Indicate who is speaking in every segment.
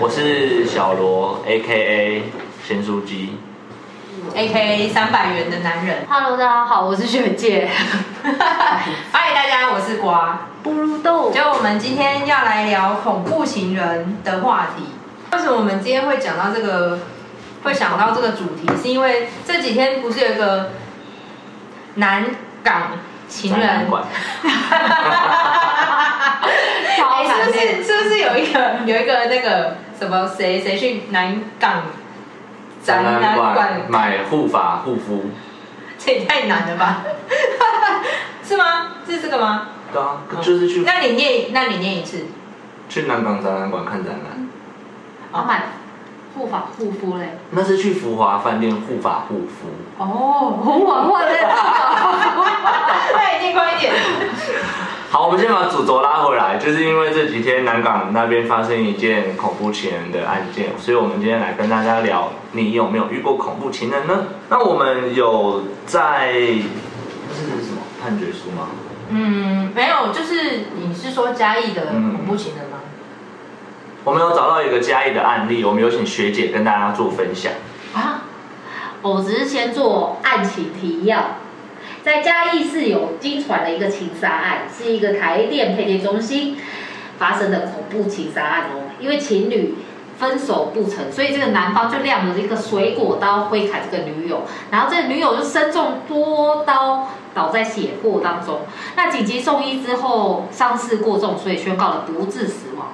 Speaker 1: 我是小罗，A K A 咸酥鸡。
Speaker 2: A K A 三百元的男 人。
Speaker 3: Hello，大家好，我是学姐，
Speaker 2: 欢迎大家，我是瓜。
Speaker 3: 布鲁豆
Speaker 2: 就我们今天要来聊恐怖情人的话题。为什么我们今天会讲到这个，会想到这个主题？是因为这几天不是有一个南港情
Speaker 1: 展览
Speaker 2: 人？
Speaker 1: 馆
Speaker 3: 超
Speaker 2: 哎
Speaker 3: 难
Speaker 2: 是不
Speaker 3: 念
Speaker 2: 是是不是有一个有一个那个什么谁谁去南港展览馆
Speaker 1: 买护发护肤。
Speaker 2: 这也太难了吧？ 是吗？是这个吗？
Speaker 1: 对啊，就是去
Speaker 2: 那你念，那你念一次。
Speaker 1: 去南港展览馆看展览，
Speaker 3: 我买护发护肤嘞，
Speaker 1: 那是去福华饭店护发护肤。
Speaker 2: 哦，
Speaker 3: 红网我的护发
Speaker 2: 快一点，快一点。
Speaker 1: 好，我们先把主轴拉回来，就是因为这几天南港那边发生一件恐怖情人的案件，所以我们今天来跟大家聊，你有没有遇过恐怖情人呢？那我们有在那是什么判决书吗？
Speaker 2: 嗯，没有，就是你是说嘉义的恐怖情人吗？
Speaker 1: 我们有找到一个嘉义的案例，我们有请学姐跟大家做分享。
Speaker 3: 啊！ 我只是先做案情提要。在嘉义市有经传了一个情杀案，是一个台电配电中心发生的恐怖情杀案哦。因为情侣分手不成，所以这个男方就亮了一个水果刀挥砍这个女友，然后这个女友就身中多刀，倒在血泊当中。那紧急送医之后，伤势过重，所以宣告了不治死亡。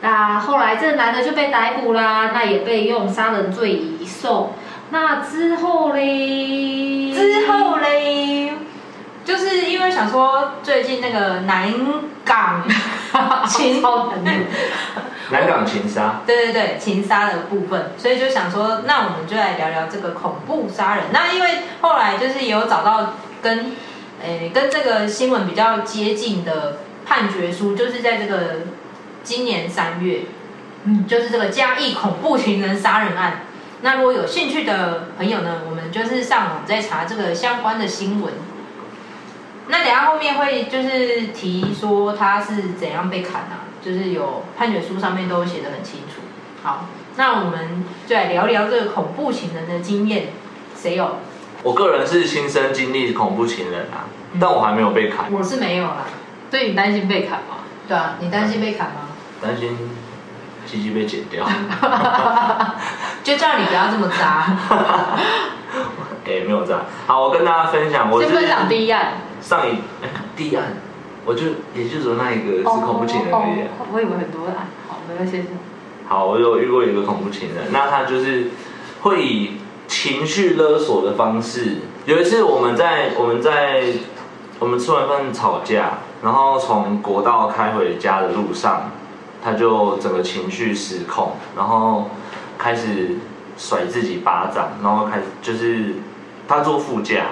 Speaker 3: 那后来这个男的就被逮捕啦，那也被用杀人罪移送。那之后嘞？
Speaker 2: 之后嘞，就是因为想说最近那个南港 情，
Speaker 3: 超难念
Speaker 1: 南港情杀，
Speaker 2: 对对对，情杀的部分，所以就想说，那我们就来聊聊这个恐怖杀人。那因为后来就是也有找到跟，诶、跟这个新闻比较接近的判决书，就是在这个今年三月，嗯，就是这个嘉义恐怖情人杀人案。那如果有兴趣的朋友呢，我们就是上网再查这个相关的新闻。那等一下后面会就是提说他是怎样被砍啊，就是有判决书上面都写的很清楚。好，那我们就来聊聊这个恐怖情人的经验，谁有？
Speaker 1: 我个人是亲身经历恐怖情人啊，
Speaker 2: 嗯
Speaker 1: 但我还没有被砍，
Speaker 2: 我是没有啦。
Speaker 3: 对你担心被砍吗？
Speaker 2: 对啊，你担心被砍吗？
Speaker 1: 担心鸡鸡被剪掉。
Speaker 2: 就叫你不要这么 渣。
Speaker 1: 哎、没有这样。好，我跟大家分享，我
Speaker 3: 先
Speaker 1: 是
Speaker 3: 分享第一案，
Speaker 1: 上一哎第一案，我就也就只有那一个是恐怖情人而已、啊。
Speaker 3: 哦哦我以为很多案，好，没关系。
Speaker 1: 好，我有遇过一个恐怖情人，那他就是会以情绪勒索的方式。有一次我们在我们在我们吃完饭吵架，然后从国道开回家的路上，他就整个情绪失控，然后开始甩自己巴掌，然后开始就是他坐副驾。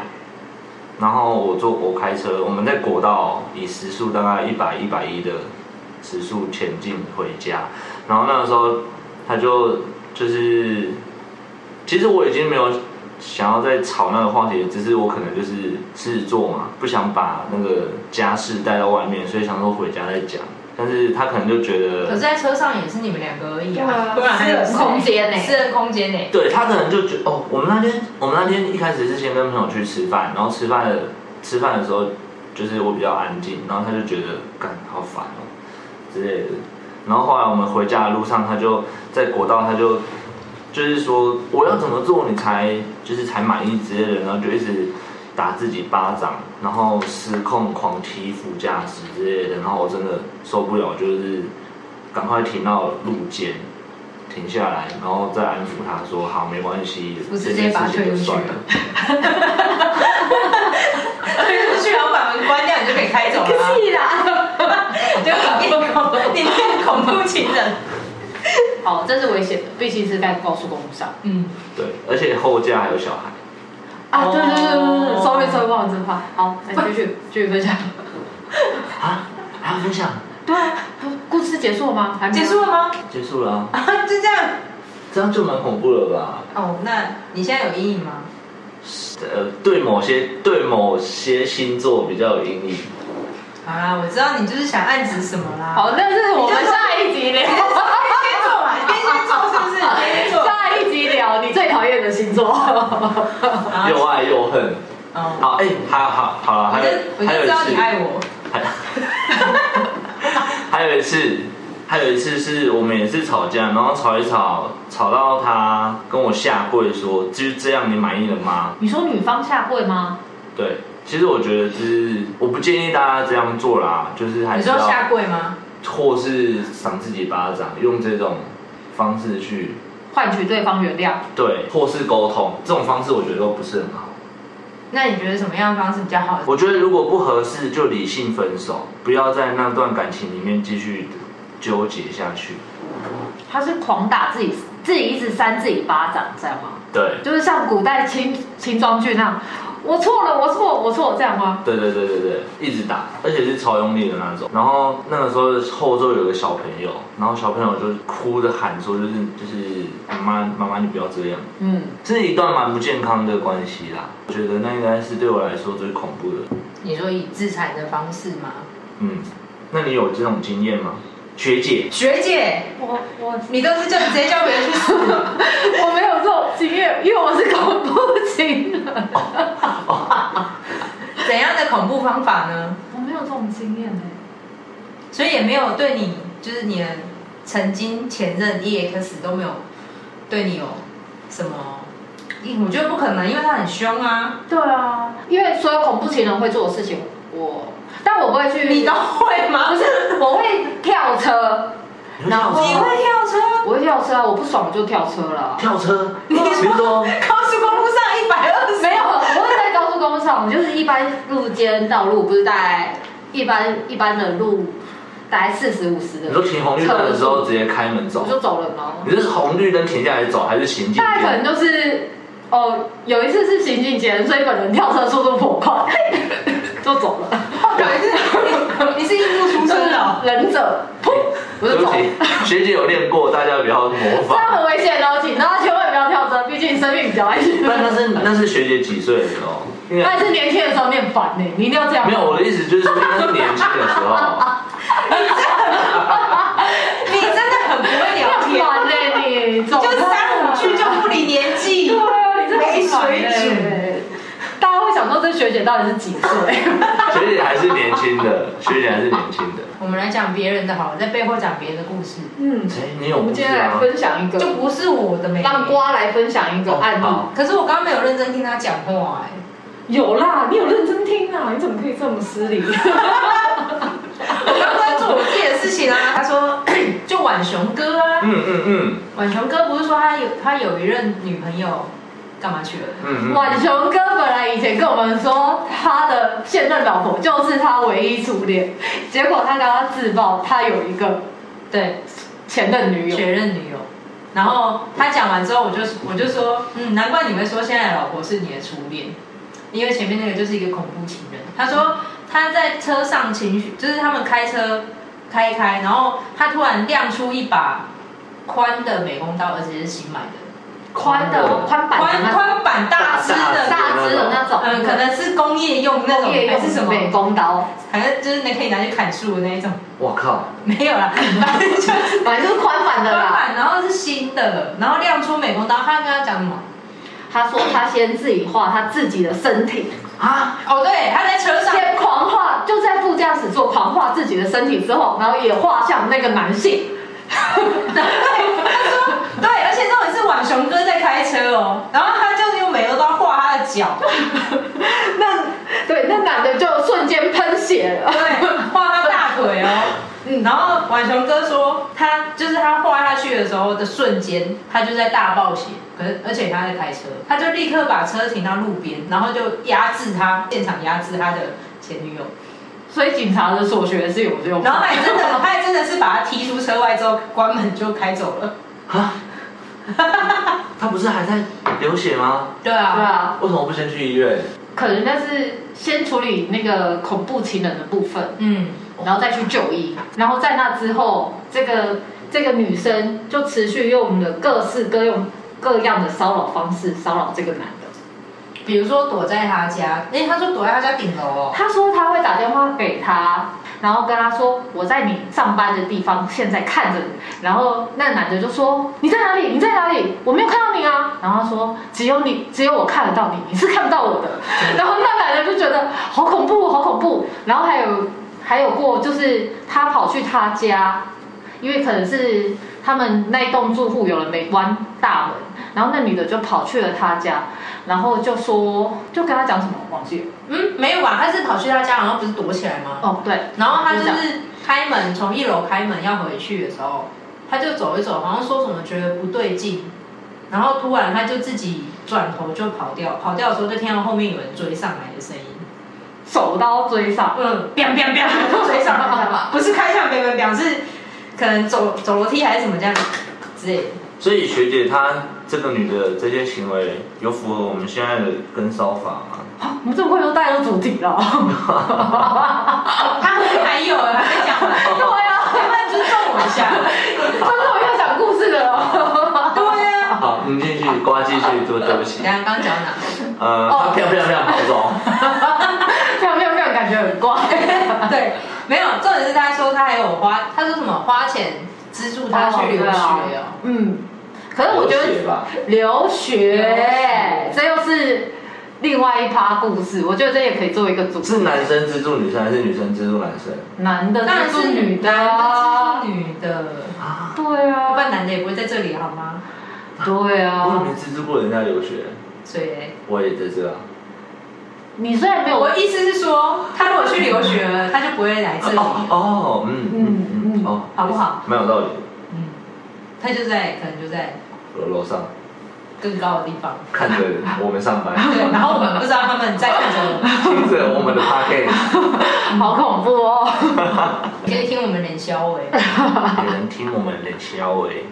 Speaker 1: 然后我坐我开车，我们在国道以时速大概一百一百一的时速前进回家，然后那个时候他就就是，其实我已经没有想要再吵那个话题了，只是我可能就是狮子座嘛，不想把那个家事带到外面，所以想说回家再讲。但是他可能就觉得，
Speaker 2: 可是，在车上也是你们两个而已
Speaker 3: 对
Speaker 2: 啊
Speaker 3: 啊，
Speaker 2: 不然还有
Speaker 3: 私人空间呢
Speaker 2: 私人空间呢、
Speaker 1: 对他可能就觉哦，我们那天我们那天一开始是先跟朋友去吃饭，然后吃饭的吃饭的时候，就是我比较安静，然后他就觉得干好烦哦之类的。然后后来我们回家的路上，他就在国道，他就就是说我要怎么做你才就是才满意之类的，然后就一直打自己巴掌，然后失控狂踢副驾驶之类的，然后我真的受不了，就是赶快停到路肩。停下来，然后再安抚他说：“好，没关系，
Speaker 2: 不是
Speaker 1: 这件
Speaker 2: 直接
Speaker 1: 事
Speaker 2: 把他
Speaker 1: 情
Speaker 2: 推
Speaker 1: 就
Speaker 2: 出去
Speaker 1: 算了
Speaker 2: 了。” 推出去，然后把门关掉，你就可以开走了啊、
Speaker 3: 屁啦！
Speaker 2: 你就你变恐，你变恐怖情人。
Speaker 3: 好，这是危险的，毕竟是在高速公路上。
Speaker 2: 嗯，
Speaker 1: 对，而且后架还有小孩。
Speaker 3: 啊，对对对对
Speaker 2: 哦
Speaker 3: 对，sorry sorry，忘了这话。好，那你继续继续分享。
Speaker 1: 啊，还要分享？
Speaker 3: 对啊，故事结束了吗？还没
Speaker 2: 结束了吗？
Speaker 1: 结束了、啊，
Speaker 2: 啊，就这样。
Speaker 1: 这样就蛮恐怖了吧？
Speaker 2: 哦，那你现在有阴影吗？
Speaker 1: 呃，对某些对某些星座比较有阴影。
Speaker 2: 好啦，我知道你就是想暗指什么啦。
Speaker 3: 好，那是我们下一集聊。
Speaker 2: 先做嘛，
Speaker 3: 的星座。
Speaker 2: 啊
Speaker 1: 又爱又恨。
Speaker 2: 哦，
Speaker 1: 好，哎、还有好好了，
Speaker 2: 我
Speaker 1: 还有
Speaker 2: 就我
Speaker 1: 还
Speaker 2: 就
Speaker 1: 有
Speaker 2: 知
Speaker 1: 一
Speaker 2: 道你
Speaker 1: 次，
Speaker 2: 爱我，
Speaker 1: 还 还有一次，还有一次是我们也是吵架，然后吵一吵，吵到他跟我下跪说，就是这样，你满意了吗？
Speaker 3: 你说女方下跪吗？
Speaker 1: 对，其实我觉得就是我不建议大家这样做啦，就是还
Speaker 2: 你
Speaker 1: 是
Speaker 2: 说
Speaker 1: 要
Speaker 2: 下跪吗？
Speaker 1: 或是赏自己巴掌，用这种方式去
Speaker 3: 换取对方原谅。
Speaker 1: 对，或是沟通这种方式，我觉得都不是很好。
Speaker 2: 那你觉得什么样的方式比较好？
Speaker 1: 我觉得如果不合适，就理性分手，不要在那段感情里面继续纠结下去。
Speaker 3: 他是狂打自己，自己一直扇自己巴掌，这样吗？
Speaker 1: 对，
Speaker 3: 就是像古代清清装剧那样，我错了，我错，我错，这样吗？
Speaker 1: 对对对对对，一直打，而且是超用力的那种。然后那个时候后座有个小朋友，然后小朋友就是哭着喊说，就是就是妈妈妈妈你不要这样，
Speaker 3: 嗯，
Speaker 1: 这是一段蛮不健康的关系啦。我觉得那应该是对我来说最恐怖的。
Speaker 2: 你说以制裁的方式吗？
Speaker 1: 嗯，那你有这种经验吗？学姐，
Speaker 2: 学姐，
Speaker 3: 我我
Speaker 2: 你都是叫直接叫别人去死，
Speaker 3: 我没有这种经验，因为我是恐怖情人，
Speaker 2: 怎样的恐怖方法呢？
Speaker 3: 我没有这种经验哎、
Speaker 2: 所以也没有对你，就是你的曾经前任 EX 都没有对你有什么，我觉得不可能，因为他很凶啊，
Speaker 3: 对啊，因为所有恐怖情人会做的事情，我但我不会去，
Speaker 2: 你都会吗？
Speaker 3: 不是，我会跳车，然后
Speaker 2: 你会跳车？
Speaker 3: 我会跳车，啊我不爽我就跳车了。
Speaker 1: 跳车？
Speaker 2: 你
Speaker 1: 比如说，
Speaker 2: 高速公路上一百二十，
Speaker 3: 没有，我会在高速公路上，我就是一般路肩道路，不是在一般一般的路，大概四十五十
Speaker 1: 你说
Speaker 3: 的，
Speaker 1: 停红绿灯的时候直接开门
Speaker 3: 我
Speaker 1: 走，
Speaker 3: 就走人了。
Speaker 1: 你是红绿灯停下来走还是行进
Speaker 3: 大概可
Speaker 1: 间？
Speaker 3: 能就是哦，有一次是行进间，所以本人跳车速度颇快， 就走了。
Speaker 2: 你你是一路出生的哦、
Speaker 3: 忍者，噗，我
Speaker 1: 对
Speaker 3: 就
Speaker 1: 不
Speaker 3: 走了。
Speaker 1: 起，学姐有练过，大家不要模
Speaker 3: 这样
Speaker 1: 仿。
Speaker 3: 很危险哦，请大家千万不要跳车，毕竟生命比较安全。
Speaker 1: 但那是那是学姐几岁的时候？应
Speaker 3: 但
Speaker 1: 该
Speaker 3: 是年轻的时候念烦呢，你一定要这样。
Speaker 1: 没有，我的意思就是说那是年轻的时候。
Speaker 2: 你真的很不会聊
Speaker 3: 念
Speaker 2: 天，
Speaker 3: 烦呢，你就
Speaker 2: 就三五句就不理年纪，
Speaker 3: 对啊，你这
Speaker 2: 没
Speaker 3: 很烦
Speaker 2: 水
Speaker 3: 欸
Speaker 2: 准。
Speaker 3: 大家会想说这学姐到底是几岁？
Speaker 1: 学姐还是年轻的，学姐还是年轻的。
Speaker 2: 我们来讲别人的好了，在背后讲别人的故事，
Speaker 3: 嗯，
Speaker 1: 谁？你有
Speaker 3: 我们
Speaker 1: 故事
Speaker 3: 今天来
Speaker 1: 吗？
Speaker 3: 分享一个，
Speaker 2: 就不是我的美。
Speaker 3: 让瓜来分享一个案例。
Speaker 1: 哦好
Speaker 2: 可是我刚刚没有认真听他讲话、
Speaker 3: 有啦，你有认真听啊？你怎么可以这么失礼？
Speaker 2: 哎，我刚刚在做我自己的事情啊。他说， 就浣熊哥啊，
Speaker 1: 嗯嗯嗯
Speaker 2: 浣熊哥不是说他有他有一任女朋友干嘛去了？
Speaker 1: 嗯嗯。
Speaker 3: 浣熊哥本来以前跟我们说他的现任老婆就是他唯一初恋，结果他刚刚自曝他有一个
Speaker 2: 对，
Speaker 3: 前任女友。
Speaker 2: 确认女友。然后他讲完之后，我就我就说，嗯，难怪你会说现在的老婆是你的初恋，因为前面那个就是一个恐怖情人。他说他在车上情绪，就是他们开车开一开，然后他突然亮出一把宽的美工刀，而且是新买的，
Speaker 3: 宽的宽版的
Speaker 2: 宽
Speaker 3: 那
Speaker 2: 宽板大支的，
Speaker 3: 大只的那种，
Speaker 2: 嗯，可能是工业用那种，
Speaker 3: 工业
Speaker 2: 还
Speaker 3: 用
Speaker 2: 是什么，
Speaker 3: 美工刀，
Speaker 2: 反正就是你可以拿去砍树的那一种，
Speaker 1: 我靠，
Speaker 2: 没有啦， 反正就是。
Speaker 3: 反正就是宽版的
Speaker 2: 翻
Speaker 3: 啦。
Speaker 2: 版，然后是新的，然后亮出美工刀，他跟他讲什么？
Speaker 3: 他说他先自己画他自己的身体，
Speaker 1: 啊，
Speaker 2: 哦，对，他在车上，
Speaker 3: 先狂画，就在副驾驶座狂画自己的身体之后，然后也画像那个男性。
Speaker 2: 然后 他说，对，而且重点是浣熊哥在开车哦，然后他就用美工刀画他的脚，
Speaker 3: 那对，那男的就瞬间喷血了。
Speaker 2: 对，画他大腿哦。嗯，然后浣熊哥说，他就是他画下去的时候的瞬间，他就在大暴血，可是而且他在开车，他就立刻把车停到路边，然后就压制他，现场压制他的前 女友。
Speaker 3: 所以警察的所学是有用的。
Speaker 2: 然后他也真的，他也真的是把他踢出车外之后，关门就开走了。
Speaker 1: 啊，他不是还在流血吗？
Speaker 2: 对啊，
Speaker 3: 对啊，
Speaker 1: 为什么不先去医院？
Speaker 3: 可能那是先处理那个恐怖情人的部分，
Speaker 2: 嗯，
Speaker 3: 然后再去就医，然后在那之后，这个这个女生就持续用了各式各用各样的骚扰方式骚扰这个男的。
Speaker 2: 比如说躲在他家，哎、他说躲在他家顶楼哦，
Speaker 3: 他说他会打电话给他，然后跟他说我在你上班的地方现在看着你，然后那男的就说你在哪里？你在哪里？我没有看到你啊。然后他说只有你，只有我看得到你，你是看不到我的。然后那男的就觉得好恐怖，好恐怖。然后还有还有过就是他跑去他家，因为可能是他们那一栋住户有人没关大门，然后那女的就跑去了他家，然后就说就跟他讲什么我忘记了。
Speaker 2: 嗯，没有吧？他是跑去他家，然后不是躲起来吗？
Speaker 3: 哦，对，
Speaker 2: 然后他就
Speaker 3: 这样
Speaker 2: 是开门，从一楼开门要回去的时候，他就走一走，好像说什么觉得不对劲，然后突然他就自己转头就跑掉，跑掉的时候就听到后面有人追上来的声音，
Speaker 3: 手刀追上，
Speaker 2: 嗯，biang biang biang 追上来 干嘛？不是开枪 biang biang biang，是可能走走楼梯还是什么这样之类的。
Speaker 1: 所以学姐她这个女的这些行为有符合我们现在的跟骚法吗？
Speaker 3: 啊我们这么快就带入主题 了。
Speaker 2: 他后面还有啊，还没讲完，
Speaker 3: 对呀、
Speaker 2: 要不然尊重我一下。
Speaker 3: 真的我要讲故事的哦了。
Speaker 2: 对呀、啊。
Speaker 1: 好，你继续，瓜继续，对对不起
Speaker 2: 你。 刚刚讲到哪？
Speaker 1: 呃，
Speaker 3: 哦
Speaker 1: 她漂漂亮跑走，
Speaker 3: 没有没有没有，感觉很怪。
Speaker 2: 对，没有，重点是他说他还有花，他说什么花钱资助他去留学哦。
Speaker 3: 嗯，可是我觉
Speaker 1: 流血
Speaker 3: 得
Speaker 1: 吧，
Speaker 3: 留学
Speaker 2: 流血
Speaker 3: 这又是另外一趴故事，我觉得这也可以做一个主
Speaker 1: 是男生资助女生还是女生资助男生？
Speaker 3: 男的
Speaker 2: 当然
Speaker 3: 资助
Speaker 2: 是
Speaker 3: 女的
Speaker 2: 男的
Speaker 3: 啊
Speaker 2: 资助女的，
Speaker 1: 啊，
Speaker 3: 对
Speaker 2: 要不
Speaker 3: 啊，
Speaker 2: 然男的也不会在这里好吗？
Speaker 3: 对
Speaker 1: 我也
Speaker 3: 啊
Speaker 1: 没。资助过人家留学，
Speaker 2: 所以，
Speaker 1: 我也在这啊。
Speaker 3: 你虽然没有
Speaker 2: 我意思是说，他如果去留学了，他就不会来这里，
Speaker 1: 哦哦，嗯嗯嗯
Speaker 3: 嗯嗯
Speaker 1: 哦，
Speaker 2: 好不好？
Speaker 1: 蛮有道理，
Speaker 2: 嗯，他就在可能就在
Speaker 1: 楼楼上
Speaker 2: 更高的地方。
Speaker 1: 看着我们上班，
Speaker 2: 对，然后我们不知道他们在看着我们，
Speaker 1: 听着我们的 podcast，
Speaker 3: 好恐怖哦。
Speaker 2: 可以听我们冷笑哎。
Speaker 1: 有人听我们冷笑诶，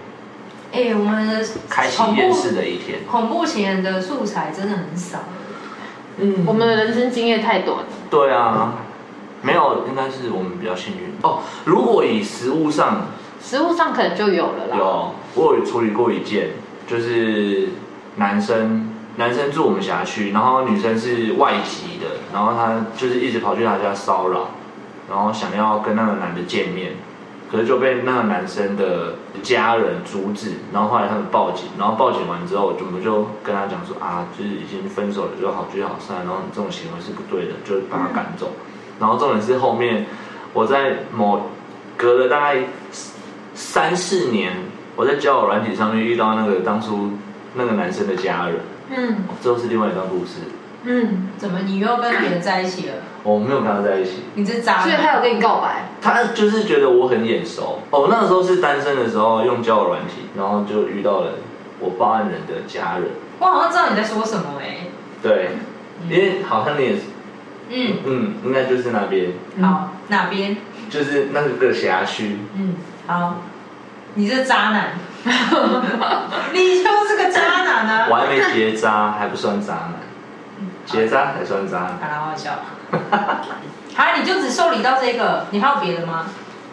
Speaker 2: 哎，我们的
Speaker 1: 开启
Speaker 2: 恐
Speaker 1: 厌
Speaker 2: 怖
Speaker 1: 世的一天。
Speaker 2: 恐怖情人的素材真的很少。
Speaker 1: 嗯
Speaker 3: 我们的人生经验太短了。
Speaker 1: 对啊，没有，应该是我们比较幸运哦。如果以食物上，
Speaker 3: 食物上可能就有了啦。
Speaker 1: 有我有处理过一件，就是男生男生住我们辖区，然后女生是外籍的，然后他就是一直跑去他家骚扰，然后想要跟那个男的见面，可是就被那个男生的家人阻止，然后后来他们报警，然后报警完之后，我们就跟他讲说啊，就是已经分手了，就好聚好散，然后你这种行为是不对的，就把他赶走。然后重点是后面我在某隔了大概三四年，我在交友软体上面遇到那个当初那个男生的家人，哦
Speaker 3: 嗯
Speaker 1: 这又是另外一段故事。
Speaker 3: 嗯，
Speaker 2: 怎么你又跟别人在一起了？
Speaker 1: 我没有跟他在一起，
Speaker 2: 你这渣男！
Speaker 3: 所以他有跟你告白。
Speaker 1: 他就是觉得我很眼熟。哦，那个时候是单身的时候用交友软体，然后就遇到了我报案人的家人。
Speaker 2: 我好像知道你在说什么哎、
Speaker 1: 对，因为好像你也是，
Speaker 2: 嗯，
Speaker 1: 嗯，应该就是那边，
Speaker 2: 好，哪边？
Speaker 1: 就是那个辖区。
Speaker 2: 嗯，好，你这渣男， 你就是个渣男啊！
Speaker 1: 我还没结扎，还不算渣男，结扎才算渣男。
Speaker 2: 好啦，好好 笑。好，你就只受理到这个，你还有别的吗？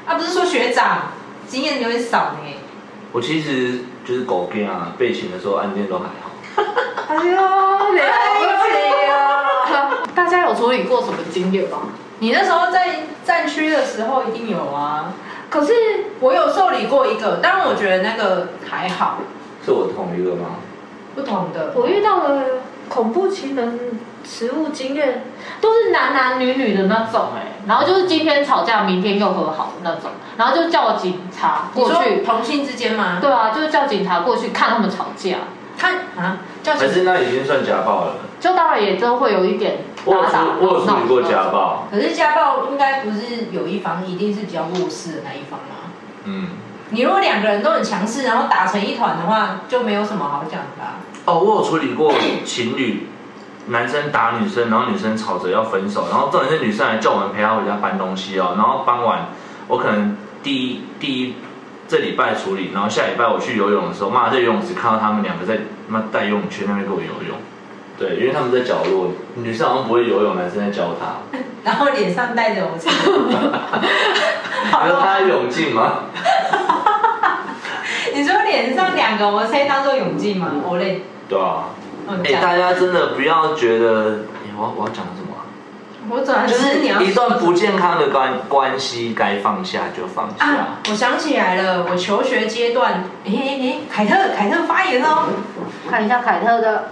Speaker 2: 啊，不是说学长经验有点少呢、
Speaker 1: 我其实就是狗 g 啊，被请的时候案件都还好。
Speaker 3: 哎呦，
Speaker 2: 哎
Speaker 3: 了解啊！大家有处理过什么经验吗？
Speaker 2: 你那时候在战区的时候一定有啊，
Speaker 3: 可是
Speaker 2: 我有受理过一个，当然我觉得那个还好，
Speaker 1: 是我同一个吗？
Speaker 2: 不同的。
Speaker 3: 我遇到的恐怖情人食物经验，都是男男女女的那种哎、然后就是今天吵架，明天又和好的那种，然后就叫警察
Speaker 2: 你
Speaker 3: 过
Speaker 2: 说
Speaker 3: 去。
Speaker 2: 同性之间吗？
Speaker 3: 对啊，就是叫警察过去看他们吵架，
Speaker 2: 他啊，叫什
Speaker 1: 还
Speaker 2: 么？
Speaker 1: 是那已经算家暴了？
Speaker 3: 就当然也都会有一点
Speaker 1: 我有
Speaker 3: 打
Speaker 1: 处
Speaker 3: 打
Speaker 1: 我有
Speaker 3: 闹
Speaker 1: 处
Speaker 3: 闹
Speaker 1: 理过
Speaker 3: 的
Speaker 1: 家
Speaker 3: 那种。
Speaker 1: 暴，
Speaker 2: 可是家暴应该不是有一方一定是比较弱势的那一方吗？
Speaker 1: 嗯，
Speaker 2: 你如果两个人都很强势，然后打成一团的话，就没有什么好讲的、啊。
Speaker 1: 哦，我有处理过情侣，男生打女生，然后女生吵着要分手，然后重点是女生还叫我们陪她回家搬东西哦，然后傍晚我可能第一第一这礼拜处理，然后下礼拜我去游泳的时候，妈在游泳池看到他们两个在妈带游泳圈那边给我游泳，对，因为他们在角落，女生好像不会游泳，男生在教 她，
Speaker 2: 然后脸上带着我 这个好
Speaker 1: 还有
Speaker 2: 了，
Speaker 1: 她泳镜吗？
Speaker 2: 你说脸上两个我可以当做泳镜吗？我嘞，
Speaker 1: 对啊。
Speaker 2: 我
Speaker 1: 哎、
Speaker 2: 讲，
Speaker 1: 大家真的不要觉得，哎、我要我要讲什么啊、
Speaker 2: 我转
Speaker 1: 就是
Speaker 2: 你要
Speaker 1: 一段不健康的关关系，该放下就放下。
Speaker 2: 啊，我想起来了，我求学阶段，诶诶诶，凯特凯特发言哦，
Speaker 3: 看一下凯特的，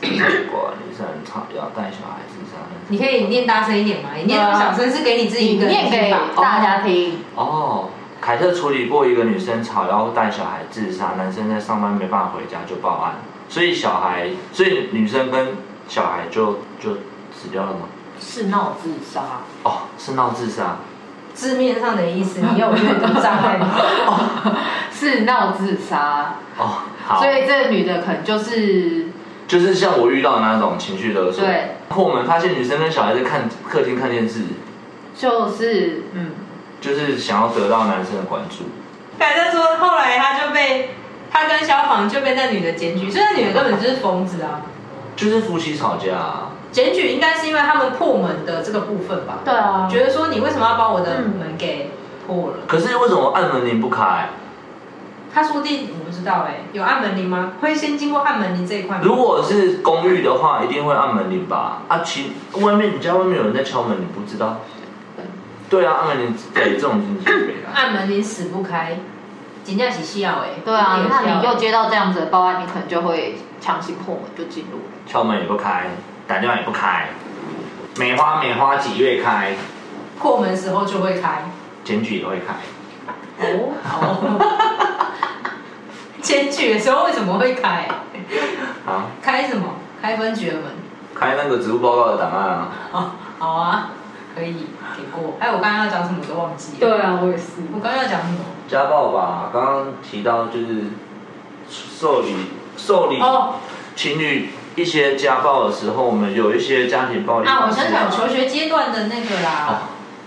Speaker 1: 管理上吵要带小孩子上。
Speaker 2: 你可以念大声一点嘛，你念那么小声是给你自己一个人
Speaker 3: 念给
Speaker 2: 听吧
Speaker 3: 大家听。
Speaker 1: 哦，凯特处理过一个女生吵要带小孩自杀，男生在上班没办法回家就报案，所以小孩，所以女生跟小孩就就死掉了吗？
Speaker 3: 是闹自杀，
Speaker 1: 哦，是闹自杀。
Speaker 2: 字面上的意思，你有阅读障 碍哦吗？
Speaker 3: 是闹自杀，
Speaker 1: 哦，好，
Speaker 3: 所以这女的可能就是
Speaker 1: 就是像我遇到的那种情绪勒索。
Speaker 3: 对，
Speaker 1: 然后我们发现女生跟小孩在看客厅看电视，
Speaker 3: 就是嗯，
Speaker 1: 就是想要得到男生的关注。
Speaker 2: 凯特说，后来他就被他跟消防就被那女的检举，所以那女的根本就是疯子啊！
Speaker 1: 就是夫妻吵架、啊，
Speaker 2: 检举应该是因为他们破门的这个部分吧？
Speaker 3: 对啊，
Speaker 2: 觉得说你为什么要把我的门给破了？
Speaker 1: 可是为什么按门铃不开？
Speaker 2: 他说不定我不知道哎、有按门铃吗？会先经过按门铃这一块吗？
Speaker 1: 如果是公寓的话，一定会按门铃吧？啊，其外面你家外面有人在敲门，你不知道？对啊，按门铃对这种经济对啊。
Speaker 2: 按门铃死不开，真正是需要哎、
Speaker 3: 对啊
Speaker 2: 一定，有
Speaker 3: 那
Speaker 2: 需要
Speaker 3: 你
Speaker 2: 的
Speaker 3: 又接到这样子的报案，你可能就会强行破门就进入了。
Speaker 1: 敲门也不开，打电话也不开，梅花梅花几月开？
Speaker 2: 破门时候就会开，
Speaker 1: 检举也会开，
Speaker 3: 哦，
Speaker 2: 检举的时候为什么会开？
Speaker 1: 啊，
Speaker 2: 开什么？开分局的门。
Speaker 1: 开那个职务报告的档案啊。
Speaker 2: 好， 好啊，可以给过。哎，我刚刚要讲什么我都忘记了。
Speaker 3: 对啊，我也是。
Speaker 2: 我刚刚要讲什么？
Speaker 1: 家暴吧，刚刚提到就是受理受理
Speaker 2: 哦，
Speaker 1: 情侣一些家暴的时候，我们有一些家庭暴力
Speaker 2: 啊，我
Speaker 1: 方式啊。
Speaker 2: 想起来我求学阶段的那个啦
Speaker 1: 哦，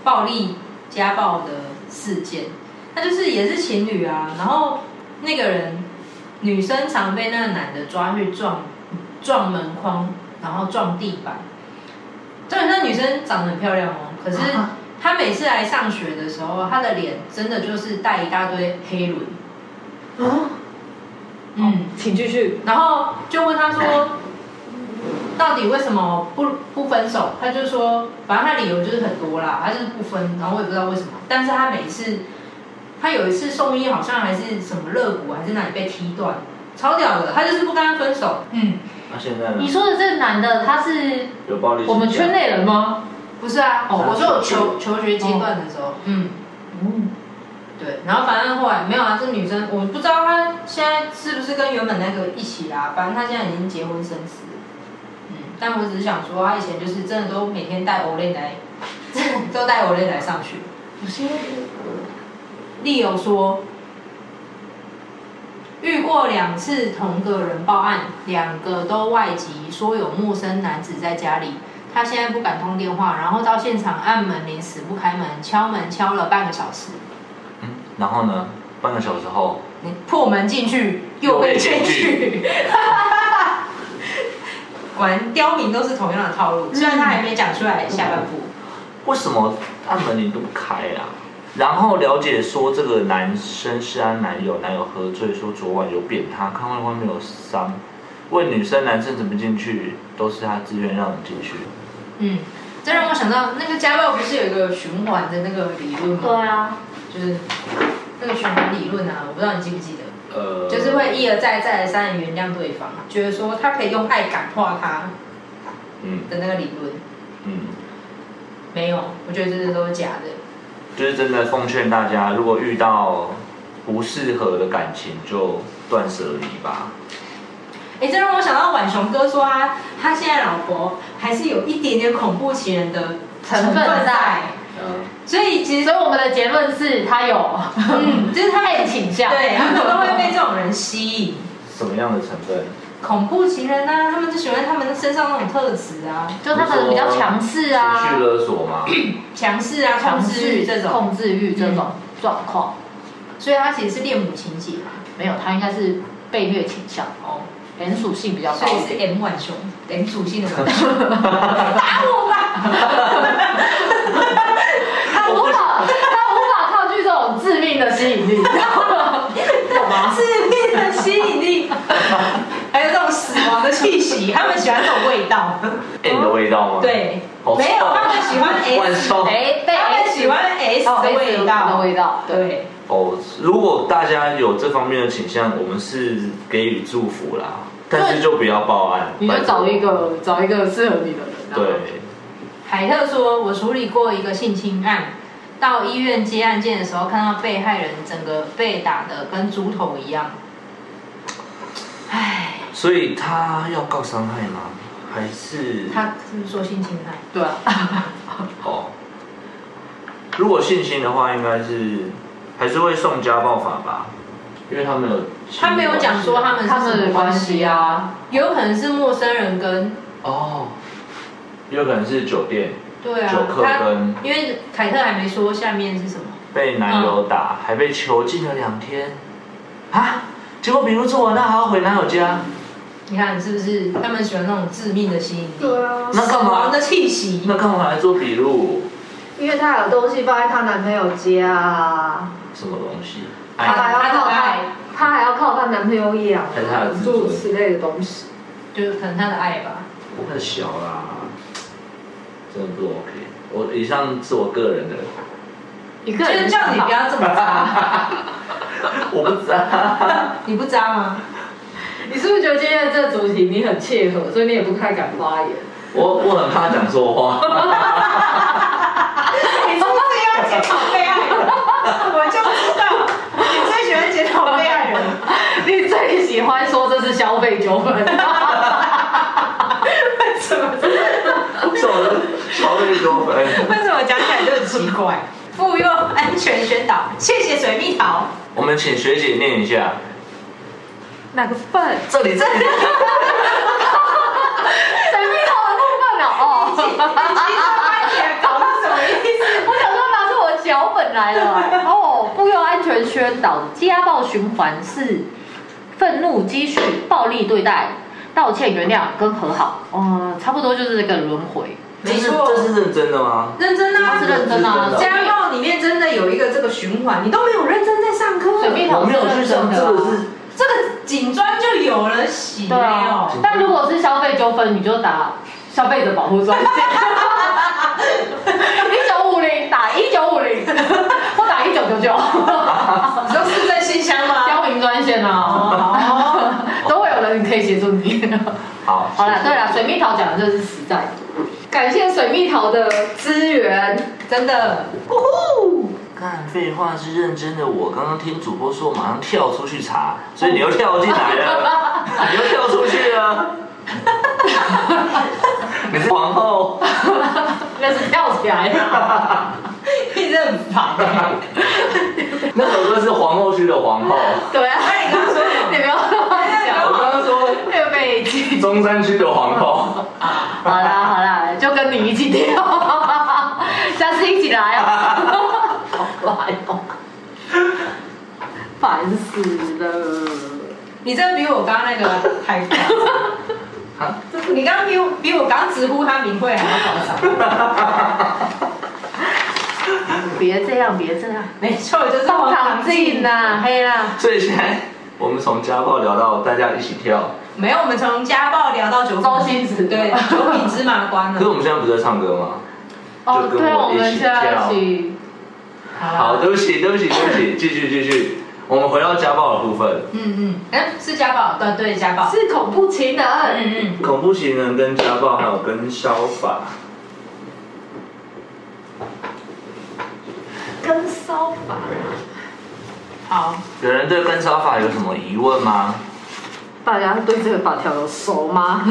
Speaker 2: 暴力家暴的事件，那就是也是情侣啊，然后那个人女生常被那个男的抓去撞撞门框，然后撞地板。对，那女生长得很漂亮哦，可是
Speaker 3: 啊
Speaker 2: 她每次来上学的时候，她的脸真的就是带一大堆黑轮，
Speaker 4: 哦
Speaker 3: 嗯，
Speaker 2: 嗯，
Speaker 3: 请继续。
Speaker 2: 然后就问他说，到底为什么不不分手？他就说，反正他理由就是很多啦，他就是不分，然后我也不知道为什么。但是他每次，他有一次送医好像还是什么肋骨还是哪里被踢断，超屌的，他就是不跟他分手。嗯，
Speaker 1: 那现在呢
Speaker 3: 你？说的这个男的他是
Speaker 1: 有暴力倾向
Speaker 3: 我们圈内人吗？
Speaker 2: 不是啊，
Speaker 3: 哦
Speaker 2: 我说我求求学阶段的时候，嗯。
Speaker 3: 嗯，
Speaker 2: 对，然后反正后来没有啊，这女生我不知道她现在是不是跟原本那个一起啦、反正她现在已经结婚生子了。嗯，但我只是想说，她以前就是真的都每天带 Olay 来， 都带 Olay 来上学。
Speaker 3: 有些
Speaker 2: 例由说，遇过两次同个人报案，两个都外籍，说有陌生男子在家里。他现在不敢通电话，然后到现场按门铃死不开门，敲门敲了半个小时，
Speaker 1: 嗯，然后呢？半个小时后，
Speaker 2: 你破门进去又被检举，果然刁民都是同样的套路。虽然他还没讲出来下半部，
Speaker 1: 为什么按门铃都不开啊？然后了解说这个男生是她男友，男友喝醉说昨晚有扁她，看外观没有伤。问女生男生怎么进去，都是她自愿让你进去。
Speaker 2: 嗯，这让我想到那个家暴不是有一个循环的那个理论
Speaker 3: 对
Speaker 2: 吗？
Speaker 3: 啊，
Speaker 2: 就是那个循环理论啊，我不知道你记不记得。
Speaker 1: 呃，
Speaker 2: 就是会一而再、再而三的原谅对方，啊觉得说他可以用爱感化他
Speaker 1: 嗯
Speaker 2: 的那个理论，
Speaker 1: 嗯，
Speaker 2: 没有，我觉得这些都是假的。
Speaker 1: 就是真的奉劝大家，如果遇到不适合的感情，就断舍离吧。
Speaker 2: 哎、这让我想到浣熊哥说他他现在老婆还是有一点点恐怖情人的
Speaker 3: 成分在。
Speaker 1: 嗯，
Speaker 2: 所以其实
Speaker 3: 所以我们的结论是他有，
Speaker 2: 嗯，就是他
Speaker 3: 爱
Speaker 2: 们
Speaker 3: 倾向，
Speaker 2: 对他们都会被这种人吸引，
Speaker 1: 什么样的成分？
Speaker 2: 恐怖情人啊，他们就喜欢他们身上那种特质啊，
Speaker 3: 就他可能比较强势
Speaker 1: 情绪
Speaker 3: 啊，
Speaker 1: 勒索 吗？
Speaker 2: 强势啊，控
Speaker 3: 强
Speaker 2: 制
Speaker 3: 势
Speaker 2: 欲这种，
Speaker 3: 控制欲这种状况，
Speaker 2: 所以他其实是恋母情节嘛，
Speaker 3: 没有，他应该是被虐倾向，
Speaker 2: 哦，
Speaker 3: 人属性比较高
Speaker 2: 所以
Speaker 3: 一
Speaker 2: 是
Speaker 3: 点。
Speaker 2: M 浣熊，M 属性的浣熊， 打我吧！
Speaker 3: 他无法，他无法抗拒这种致命的吸引力，懂吗？
Speaker 2: 致命的吸引力，还有这种死亡的气息，他们喜欢这种味道。
Speaker 1: 哎，你的味道吗？，
Speaker 2: 对，
Speaker 1: 好臭
Speaker 2: 没有，他们喜欢
Speaker 1: 万
Speaker 2: S，
Speaker 1: 寿。
Speaker 5: 哎，被
Speaker 2: 他们喜欢 S
Speaker 5: 哦
Speaker 2: 的味
Speaker 5: 的
Speaker 2: 道。
Speaker 5: 味道，对，
Speaker 2: 对，
Speaker 1: 哦，如果大家有这方面的倾向，我们是给予祝福啦，但是就不要报案。
Speaker 3: 你
Speaker 1: 拜
Speaker 3: 就
Speaker 1: 托
Speaker 3: 找一个找一个适合你的人。然后
Speaker 1: 对，
Speaker 2: 海特说，我处理过一个性侵案，到医院接案件的时候，看到被害人整个被打的跟猪头一样。唉，
Speaker 1: 所以他要告伤害吗？还是
Speaker 2: 他是不是说性侵害？
Speaker 3: 对啊，
Speaker 1: 哦？如果性侵的话，应该是还是会送家暴法吧，因为他没有
Speaker 2: 他没有讲说他们
Speaker 3: 他
Speaker 2: 是
Speaker 3: 们
Speaker 2: 什
Speaker 3: 的
Speaker 2: 么
Speaker 3: 关
Speaker 2: 关
Speaker 3: 系
Speaker 2: 系啊，
Speaker 3: 啊，
Speaker 2: 也有可能是陌生人跟
Speaker 1: 哦，有可能是酒店
Speaker 2: 对啊
Speaker 1: 酒客，
Speaker 2: 他
Speaker 1: 跟
Speaker 2: 因为凯特还没说下面是什么。
Speaker 1: 被男友打，
Speaker 2: 嗯
Speaker 1: 还被囚禁了两天啊，结果笔录做完，那还要回男友家，
Speaker 2: 你看是不是他们喜欢那种致命的吸引力？
Speaker 4: 对啊，
Speaker 1: 那干
Speaker 2: 死亡
Speaker 1: 嘛？
Speaker 2: 的气息。
Speaker 1: 那干嘛还做笔录？
Speaker 4: 因为她有东西放在她男朋友家啊，
Speaker 1: 什么东西？
Speaker 4: 她
Speaker 1: 哎，
Speaker 4: 还要靠她
Speaker 2: 爱，
Speaker 4: 她还要靠她男朋友养
Speaker 1: 还是他的自
Speaker 4: 诸如
Speaker 1: 尊？
Speaker 4: 此类的东西。
Speaker 2: 就是可能他的爱吧。
Speaker 1: 我很小啦，真的不 OK。我以上是我个人的，
Speaker 3: 一
Speaker 2: 就
Speaker 3: 个
Speaker 2: 是
Speaker 3: 人
Speaker 2: 叫你不要这么 渣，
Speaker 1: 我不知道。
Speaker 2: 你不渣吗？
Speaker 3: 你是不是觉得今天的这个主题你很切合，所以你也不太敢发言？
Speaker 1: 我我很怕讲错话，
Speaker 2: 你是不是要检讨被爱人？我就知道你最喜欢检讨被爱人。
Speaker 3: 你最喜欢说这是消费纠纷，
Speaker 2: 为什么？
Speaker 1: 为什么超越多分？
Speaker 2: 为什么讲起来就很奇怪？妇幼安全宣导，谢谢水蜜桃。
Speaker 1: 我们请学姐念一下，
Speaker 3: 哪个份？
Speaker 1: 这 里这里，
Speaker 3: 神秘头的部分哦。我想说拿出我的脚本来了哦，妇幼安全宣导、家暴循环是愤怒、积蓄、暴力对待、道歉、原谅跟和好，哦、差不多就是这个轮回。
Speaker 1: 这
Speaker 2: 没
Speaker 1: 是
Speaker 2: 错
Speaker 1: 这是认真的吗？
Speaker 2: 认真
Speaker 3: 他
Speaker 2: 啊
Speaker 3: 是！认真啊，
Speaker 2: 家暴里面真的有一个这个循环，你都没有认真在上课，
Speaker 3: 水蜜桃
Speaker 1: 我没有去上，这个是
Speaker 2: 这个警专就有了洗
Speaker 3: 对
Speaker 2: 没有
Speaker 3: 啊？。但如果是消费纠纷，你就打消费者保护 专线，一九五零打一九五零，或打一九九九，
Speaker 2: 你说市政信箱吗？
Speaker 3: 交民专线啊， 都会有人可以协助你。
Speaker 1: 好。
Speaker 3: 好啦，对啦，水蜜桃讲的就是实在的。
Speaker 4: 感谢水蜜桃的资源，
Speaker 2: 真的，
Speaker 1: 干废话是认真的我，刚刚听主播说马上跳出去查，所以你又跳进来了，你又跳出去了，你是皇后。
Speaker 3: 那是跳起来啊的，
Speaker 2: 一直很烦欸。
Speaker 1: 那首歌是皇后区的皇后，
Speaker 3: 对啊，你刚说你不要乱
Speaker 1: 我
Speaker 3: 讲，
Speaker 1: 刚刚说
Speaker 3: 越被记。
Speaker 1: 中山区的皇后，
Speaker 3: 好啦好啦，就跟你一起跳， 下次一起来啊！好来哦，烦死了！
Speaker 2: 你这比我刚刚那个还夸张
Speaker 1: 啊，
Speaker 2: 你刚刚比我比我刚刚直呼他名讳还要夸张。
Speaker 3: 别这样，别这样，
Speaker 2: 没错，就是
Speaker 3: 上
Speaker 2: 黄
Speaker 3: 场
Speaker 2: 堂
Speaker 3: 进
Speaker 2: 进呐。
Speaker 3: 呐，黑啊 啦！
Speaker 1: 所以现在我们从家暴聊到大家一起跳，
Speaker 2: 没有，我们从家暴聊到九
Speaker 3: 周星驰
Speaker 2: 对，九品芝麻官
Speaker 1: 可是
Speaker 2: 了。
Speaker 1: 我们现在不是在唱歌吗？
Speaker 3: 哦，
Speaker 1: 就跟
Speaker 6: 啊
Speaker 3: 对，
Speaker 1: 我
Speaker 3: 我们
Speaker 1: 一起
Speaker 3: 现在
Speaker 1: 跳
Speaker 3: 一起，
Speaker 2: 嗯啊
Speaker 1: 好，，对不起，对不起，对不 起，继续继续，我们回到家暴的部分，
Speaker 2: 嗯嗯，哎，是家暴，对对，家暴。
Speaker 4: 是恐怖情人。
Speaker 2: 嗯嗯，
Speaker 1: 恐怖情人跟家暴还有跟消法。
Speaker 4: 跟骚法，
Speaker 2: 好，
Speaker 1: 有人对跟骚法有什么疑问吗？
Speaker 3: 大家对这个法条有熟 吗？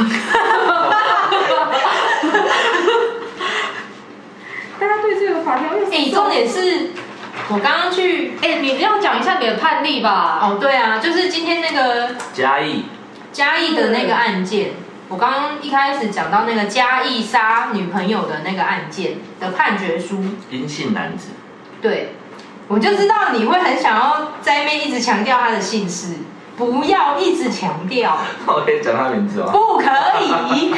Speaker 4: 大家对这个法条有什么
Speaker 2: 哎，重点是我刚刚去，
Speaker 3: 哎、你要讲一下你的判例吧。
Speaker 2: 哦，对啊，就是今天那个
Speaker 1: 嘉义
Speaker 2: 嘉义的那个案件，我刚刚一开始讲到那个嘉义杀女朋友的那个案件的判决书，
Speaker 1: 阴性男子，
Speaker 2: 对我就知道你会很想要在那边一直强调他的姓氏，不要一直强调，
Speaker 1: 我可以讲他名字吗？
Speaker 2: 不可以，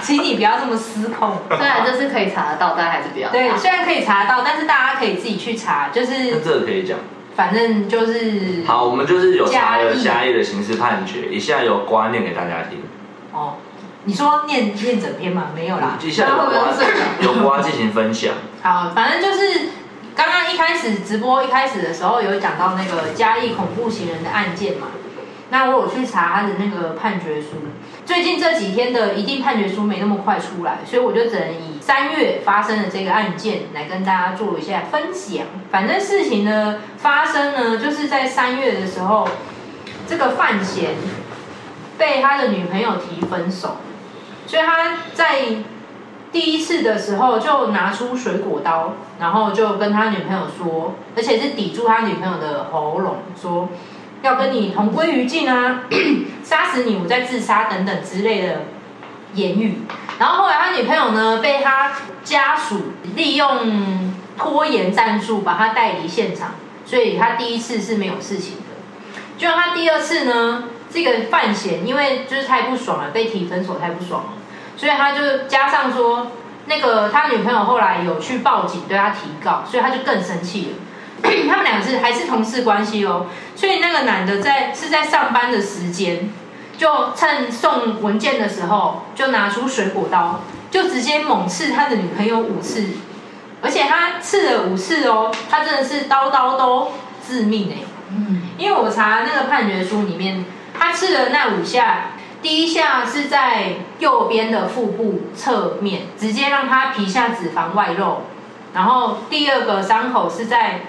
Speaker 2: 请你不要这么失控。
Speaker 3: 虽然这是可以查得到，但还是不要。
Speaker 2: 对，虽然可以查到，但是大家可以自己去查，就
Speaker 1: 那
Speaker 2: 是
Speaker 1: 这个可以讲。
Speaker 2: 反正就是
Speaker 1: 好，我们就是有查了
Speaker 2: 嘉义
Speaker 1: 嘉义的刑事判决，以下由瓜念给大家听。
Speaker 2: 哦，你说念念整篇吗？没有
Speaker 1: 嗯
Speaker 2: 啦，
Speaker 1: 接下来有瓜有瓜进行分享，
Speaker 2: 好，反正就是刚刚一开始直播一开始的时候有讲到那个嘉义恐怖情人的案件嘛，那我有去查他的那个判决书，最近这几天的一定判决书没那么快出来，所以我就只能以三月发生的这个案件来跟大家做一下分享。反正事情的发生呢，就是在三月的时候，这个范闲被他的女朋友提分手，所以他在第一次的时候就拿出水果刀，然后就跟他女朋友说，而且是抵住他女朋友的喉咙说，要跟你同归于尽啊， 杀死你，我再自杀等等之类的言语。然后后来他女朋友呢被他家属利用拖延战术把他带离现场，所以他第一次是没有事情的。就他第二次呢，这个范闲因为就是太不爽了，被提分手太不爽了，所以他就加上说，那个他女朋友后来有去报警对他提告，所以他就更生气了。 他们两个是还是同事关系哦，所以那个男的在是在上班的时间，就趁送文件的时候，就拿出水果刀，就直接猛刺他的女朋友五次，而且他刺了五次哦，他真的是刀刀都致命哎、
Speaker 3: 嗯，
Speaker 2: 因为我查那个判决书里面，他刺的那五下，第一下是在右边的腹部侧面，直接让他皮下脂肪外露，然后第二个伤口是在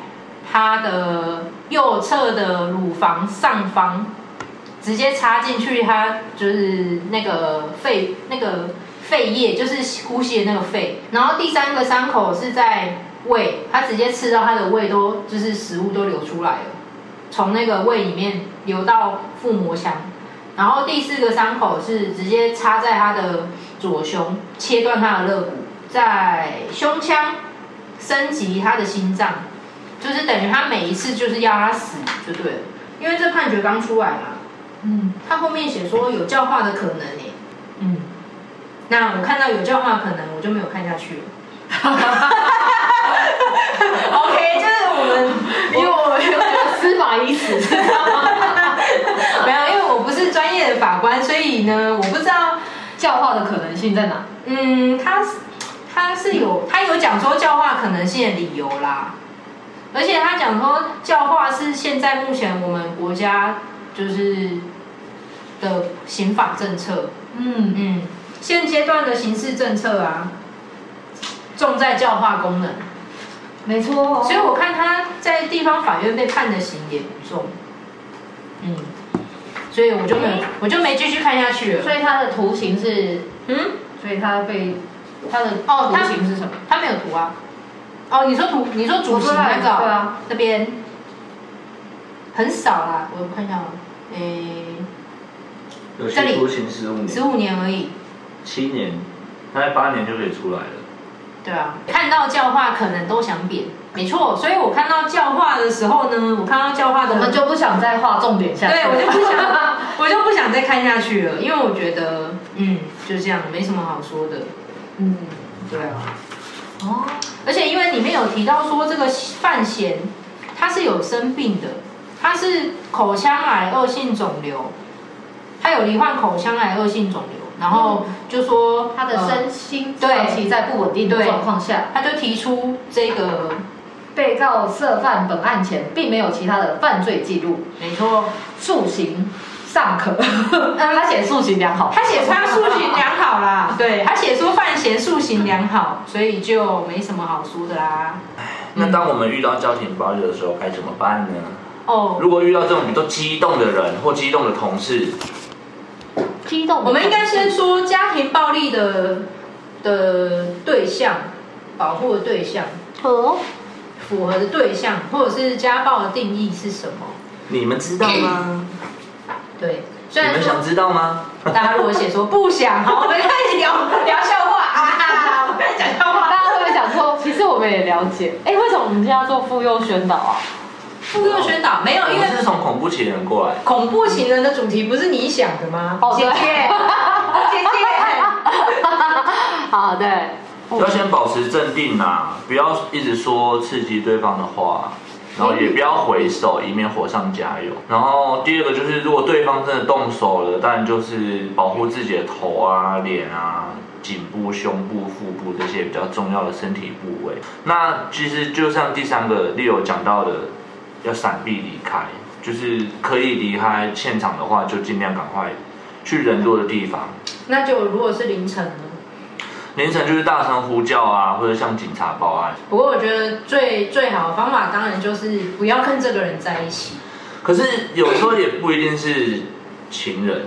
Speaker 2: 他的右侧的乳房上方，直接插进去他就是那个肺那个肺叶，就是呼吸的那个肺。然后第三个伤口是在胃，他直接刺到他的胃都就是食物都流出来了，从那个胃里面流到腹膜腔。然后第四个伤口是直接插在他的左胸，切断他的肋骨，在胸腔升级他的心脏，就是等于他每一次就是要他死就对了，因为这判决刚出来嘛，嗯，他后面写说有教化的可能呢、嗯，那我看到有教化的可能，我就没有看下去了。OK，就是我们， 因为我没有
Speaker 3: 司法 已死，
Speaker 2: 没有，因为我不是专业的法官，所以呢，我不知道
Speaker 6: 教化的可能性在哪？
Speaker 2: 嗯，他是他是有他有讲说教化可能性的理由啦，而且他讲说教化是现在目前我们国家就是的刑法政策，
Speaker 3: 嗯，
Speaker 2: 嗯，现阶段的刑事政策啊，重在教化功能，
Speaker 3: 没错、哦，
Speaker 2: 所以我看他在地方法院被判的刑也不重，嗯，所以我就没我就没继续看下去了，
Speaker 6: 所以他的图形是，
Speaker 2: 嗯。
Speaker 6: 所以他被他的
Speaker 2: 哦
Speaker 6: 图
Speaker 2: 他
Speaker 6: 形是什么？
Speaker 2: 他没有图啊。哦，你说图，你说主席那个、
Speaker 6: 对啊，
Speaker 2: 那边很少啦，我看一下哦，诶、
Speaker 1: 有
Speaker 2: 这里
Speaker 1: 期徒刑十五
Speaker 2: 十
Speaker 1: 年、
Speaker 2: 五年而已，
Speaker 1: 七年，大概八年就可以出来了。
Speaker 2: 对啊。看到教化可能都想扁，没错。所以我看到教化的时候呢，我看到教化的，
Speaker 6: 我们就不想再画重点下去。
Speaker 2: 对我就 不想，我就不想再看下去了，因为我觉得，嗯，就这样，没什么好说的。
Speaker 6: 嗯，
Speaker 2: 对啊，
Speaker 6: 哦，
Speaker 2: 而且因为里面有提到说这个范闲他是有生病的，他是口腔癌恶性肿瘤，他有罹患口腔癌恶性肿瘤，然后就说
Speaker 6: 他的
Speaker 2: 呃
Speaker 3: 嗯
Speaker 6: 身心
Speaker 2: 对
Speaker 6: 长期在不稳定的
Speaker 2: 对
Speaker 6: 状况下，
Speaker 2: 他就提出这个
Speaker 6: 被告涉犯本案前并没有其他的犯罪记录，
Speaker 2: 没错，
Speaker 6: 塑形尚可。 他写塑形良好，
Speaker 2: 他写他塑形良好啦，对他写说范闲塑形良好，所以就没什么好说的啦。嗯
Speaker 1: 那当我们遇到家庭暴力的时候该怎么办呢？
Speaker 2: 哦，
Speaker 1: 如果遇到这种比较激动的人或激动的同事，
Speaker 6: 激动。
Speaker 2: 我们应该先说家庭暴力的的对象，保护的对象。
Speaker 6: 哦，
Speaker 2: 符合的对象，或者是家暴的定义是什么？
Speaker 1: 你们知道吗？
Speaker 2: 对，虽
Speaker 1: 你
Speaker 2: 然
Speaker 1: 们
Speaker 2: 说
Speaker 1: 想知道吗？
Speaker 2: 大家如果写说不想，好，我们开始聊聊笑话啊，不要讲笑
Speaker 6: 大
Speaker 2: 话。
Speaker 6: 家会不会想 说，其实我们也了解，哎，为什么我们现在要做妇幼宣导啊？
Speaker 2: 妇幼宣导没有，
Speaker 1: 我
Speaker 2: 因
Speaker 1: 们是
Speaker 2: 为
Speaker 1: 从恐怖情人过来，
Speaker 2: 恐怖情人的主题不是你想的吗？
Speaker 6: 哦
Speaker 2: 姐
Speaker 6: 对
Speaker 2: 姐，姐姐，
Speaker 6: 好，啊对，
Speaker 3: 哦
Speaker 6: 哦
Speaker 1: 要先保持镇定呐、不要一直说刺激对方的话。然后也不要回手，以免火上加油。然后第二个就是，如果对方真的动手了，当然就是保护自己的头啊、脸啊、颈部、胸部、腹部这些比较重要的身体部位。那其实就像第三个例友讲到的，要闪避离开，就是可以离开现场的话，就尽量赶快去人多的地方。
Speaker 2: 那就如果是凌晨呢？
Speaker 1: 凌晨就是大声呼叫啊，或者向警察报案。
Speaker 2: 不过我觉得最最好的方法当然就是不要跟这个人在一起。
Speaker 1: 可是有时候也不一定是情人，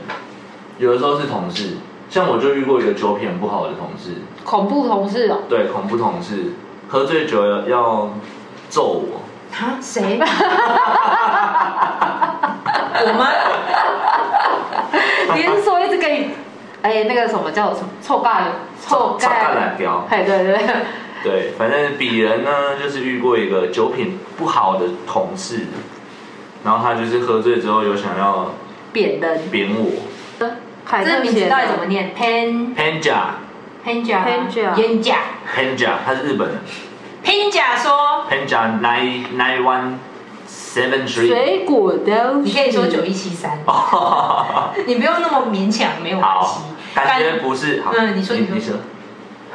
Speaker 1: 有的时候是同事。像我就遇过一个酒品很不好的同事，
Speaker 6: 恐怖同事 哦，
Speaker 1: 对恐怖同事，喝醉酒要要揍我，
Speaker 2: 啊？谁？ 我吗？
Speaker 6: 连锁一直给你，哎，那个什么叫什么臭盖臭
Speaker 1: 炸
Speaker 6: 盖，
Speaker 1: 弹来飙。
Speaker 6: 哎，对对对，
Speaker 1: 对，反正鄙人呢就是遇过一个酒品不好的同事，然后他就是喝醉之后有想要
Speaker 6: 扁人，
Speaker 1: 扁我
Speaker 6: 凯
Speaker 2: 这
Speaker 6: 特
Speaker 2: 个名字
Speaker 6: 写
Speaker 2: 到底怎
Speaker 6: 的
Speaker 2: 么念？Pen
Speaker 1: ，Panja
Speaker 2: Penja
Speaker 6: Penja
Speaker 2: Penja
Speaker 1: Panja，他是日本人
Speaker 2: Penja 说，
Speaker 1: ，Panja nine nine one seven three。
Speaker 6: 水果的，
Speaker 2: 你可以说九一七三，
Speaker 1: 哦
Speaker 2: 你不用那么勉强，没有关系
Speaker 1: 好。，感觉不是好。
Speaker 2: 嗯你说
Speaker 1: 你
Speaker 2: 你说
Speaker 1: 说。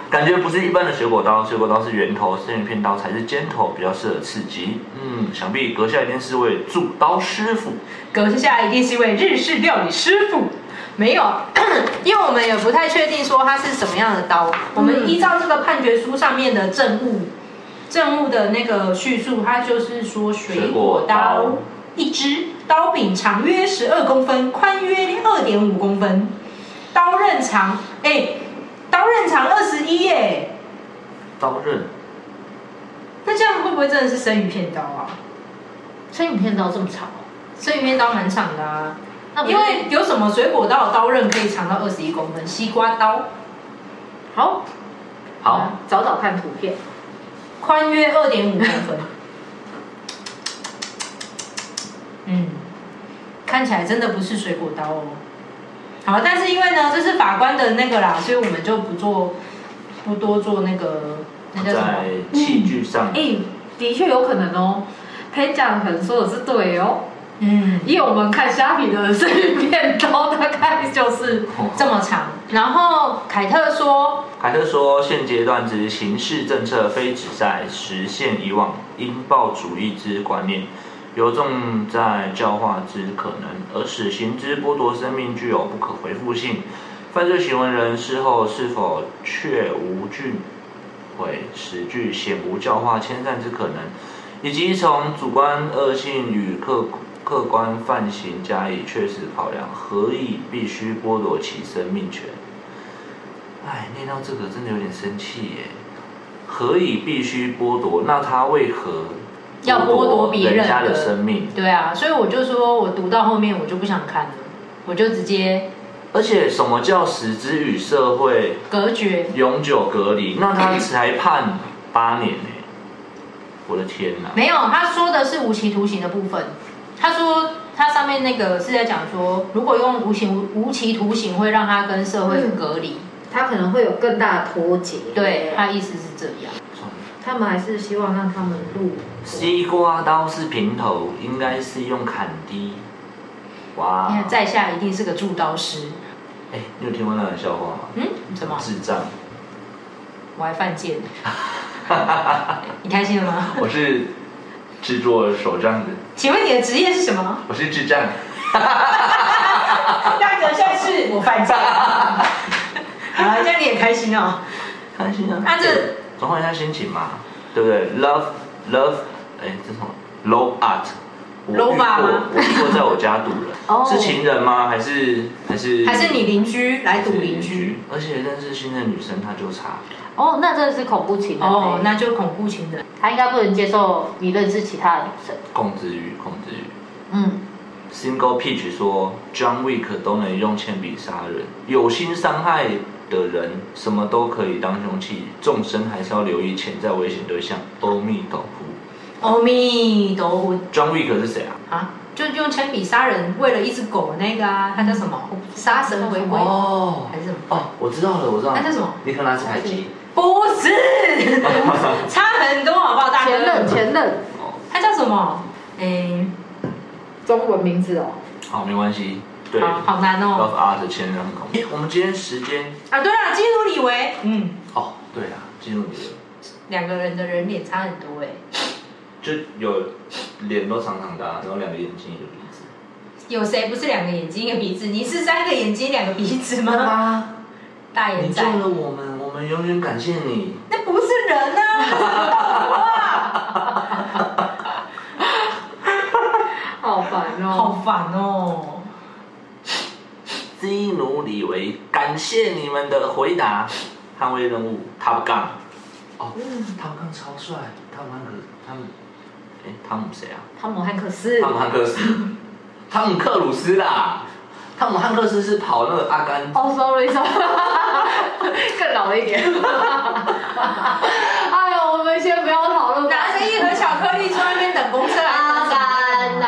Speaker 1: 感觉不是一般的水果刀，水果刀是圆头，生鱼片刀才是尖头，比较适合刺激。嗯，想必阁下一定是位铸刀师傅。
Speaker 2: 阁下一定是一位日式料理师傅。没有， 因为我们也不太确定说它是什么样的刀。我们依照这个判决书上面的证物，证物的那个叙述，它就是说水
Speaker 1: 水
Speaker 2: 果
Speaker 1: 果
Speaker 2: 刀
Speaker 1: 刀
Speaker 2: 一支，刀柄长约十二公分，宽约二点五公分，刀刃长，哎、刀刃长二十一耶，
Speaker 1: 刀刃
Speaker 2: 那这样会不会真的是生鱼片刀啊？
Speaker 6: 生鱼片刀这么长哦，
Speaker 2: 生鱼片刀蛮长的啊。
Speaker 6: 那不
Speaker 2: 因
Speaker 6: 是
Speaker 2: 为有什么水果刀的刀刃可以长到二十一公分？西瓜刀
Speaker 6: 好
Speaker 1: 好，
Speaker 2: 嗯
Speaker 6: 找找看图片，
Speaker 2: 宽约二点五公 分。嗯，看起来真的不是水果刀哦。好，但是因为呢，这是法官的那个啦，所以我们就不做，不多做那个那叫什么嗯
Speaker 1: 在？器具上，
Speaker 6: 哎，的确有可能哦。裴讲很说的是对哦，
Speaker 2: 嗯，
Speaker 6: 以我们看虾皮的生鱼片 刀，大概就是
Speaker 2: 这么长。然后凯特说，
Speaker 1: 凯特说，现阶段之刑事政策非旨在实现以往英暴主义之观念，尤重在教化之可能，而使行之剥夺生命具有不可回复性。犯罪行为人事后是否确无俊悔，使具显无教化迁善之可能，以及从主观恶性与客客观犯行加以确实考量，何以必须剥夺其生命权？哎，念到这个真的有点生气耶。何以必须剥夺？那他为何
Speaker 2: 要剥夺别人
Speaker 1: 人家的
Speaker 2: 的
Speaker 1: 生命？
Speaker 2: 对啊，所以我就说我读到后面我就不想看了，我就直接
Speaker 1: 而且什么叫使之与社会
Speaker 2: 隔绝。
Speaker 1: 永久隔离？那他才判八年呢、我的天哪！
Speaker 2: 没有，他说的是无期徒刑的部分。他说他上面那个是在讲说，如果用无期无期徒刑会让他跟社会隔离。
Speaker 4: 他可能会有更大的脱节。
Speaker 2: 对，他意思是这样。
Speaker 1: 算了
Speaker 4: 他们还是希望让他们录。
Speaker 1: 西瓜刀是平头，应该是用砍的。哇！
Speaker 2: 你看在下一定是个铸刀师。
Speaker 1: 哎，你有听过那个笑话吗？
Speaker 2: 嗯，什么？
Speaker 1: 智障。
Speaker 2: 我还犯贱。 你开心了吗？
Speaker 1: 我是制作手账的，
Speaker 2: 请问你的职业是什么？
Speaker 1: 我是智障。
Speaker 2: 大哥，下次我犯贱。好，这样你也开心 哦。
Speaker 1: 开心啊！
Speaker 2: 啊这
Speaker 1: 转换一下心情嘛，对不对？Love love，哎，这是什么？Low art。我遇
Speaker 2: Low
Speaker 1: 过，
Speaker 2: bar 吗
Speaker 1: 我遇过在我家赌
Speaker 6: 哦
Speaker 1: 人，是情人吗？还是还是
Speaker 2: 还是你邻居来堵邻
Speaker 1: 是
Speaker 2: 居？？
Speaker 1: 而且认识新的女生，她就差。
Speaker 6: 哦，那这是恐怖情人
Speaker 2: 哦
Speaker 3: 欸
Speaker 6: 哦，，那
Speaker 2: 那就恐怖情人。
Speaker 6: 他应该不能接受你认识其他的女生。
Speaker 1: 控制欲，控制欲。
Speaker 6: 嗯，
Speaker 1: Single Peach 说，John Wick 都能用铅笔杀人，有心伤害的人什么都可以当凶器，众生还是要留意潜在危险对象。欧密斗夫
Speaker 2: 阿弥陀佛。
Speaker 1: ，John Wick 是谁啊？
Speaker 2: 啊，就用铅笔杀人，为了一只狗那个啊，它叫什么？杀神回归、
Speaker 1: 哦
Speaker 2: 还是什么？
Speaker 1: 哦，我知道了，我知道了。
Speaker 2: 啊那叫什么？
Speaker 1: 尼克拉斯凯基。
Speaker 2: 不是，差很多好不好，大
Speaker 6: 前任
Speaker 2: 哥？
Speaker 6: 前任，
Speaker 2: 哎
Speaker 1: 哦，
Speaker 2: 它叫什么？哎，
Speaker 4: 中文名字哦。
Speaker 1: 好，没关系。对
Speaker 2: 好好难哦。
Speaker 1: ，Love Art 的前任很恐怖。诶我们今天时间
Speaker 2: 啊，对了，基努里维，嗯，
Speaker 1: 哦，对啊，进入你的，
Speaker 2: 两个人的人脸差很多哎，
Speaker 1: 就有脸都长长的啊、然后两个眼睛一个鼻子。
Speaker 2: 有谁不是两个眼睛一个鼻子？你是三个眼睛两个鼻子吗？
Speaker 1: 妈，
Speaker 2: 大
Speaker 1: 你
Speaker 2: 眼仔
Speaker 1: 救，哎了我们，我们永远感谢你。
Speaker 2: 那不是人啊！
Speaker 3: 好烦
Speaker 2: 好
Speaker 3: 哦。
Speaker 2: 烦哦。
Speaker 1: 基努里维，感谢你们的回答。捍卫任务，Top Gun。哦，他们 p 超帅，他们那个他们，哎，汤姆谁啊？
Speaker 3: 汤姆汉克斯
Speaker 1: 汤姆汉克斯，汤姆克鲁斯啦。汤姆汉克斯是跑那个阿甘，
Speaker 3: 哦、s o r r y sorry，更 老了一点。哎呦，我们先不要讨论吧。
Speaker 2: 拿着一盒巧克力去外面等公车
Speaker 3: 阿
Speaker 2: 啊！
Speaker 3: 甘呐、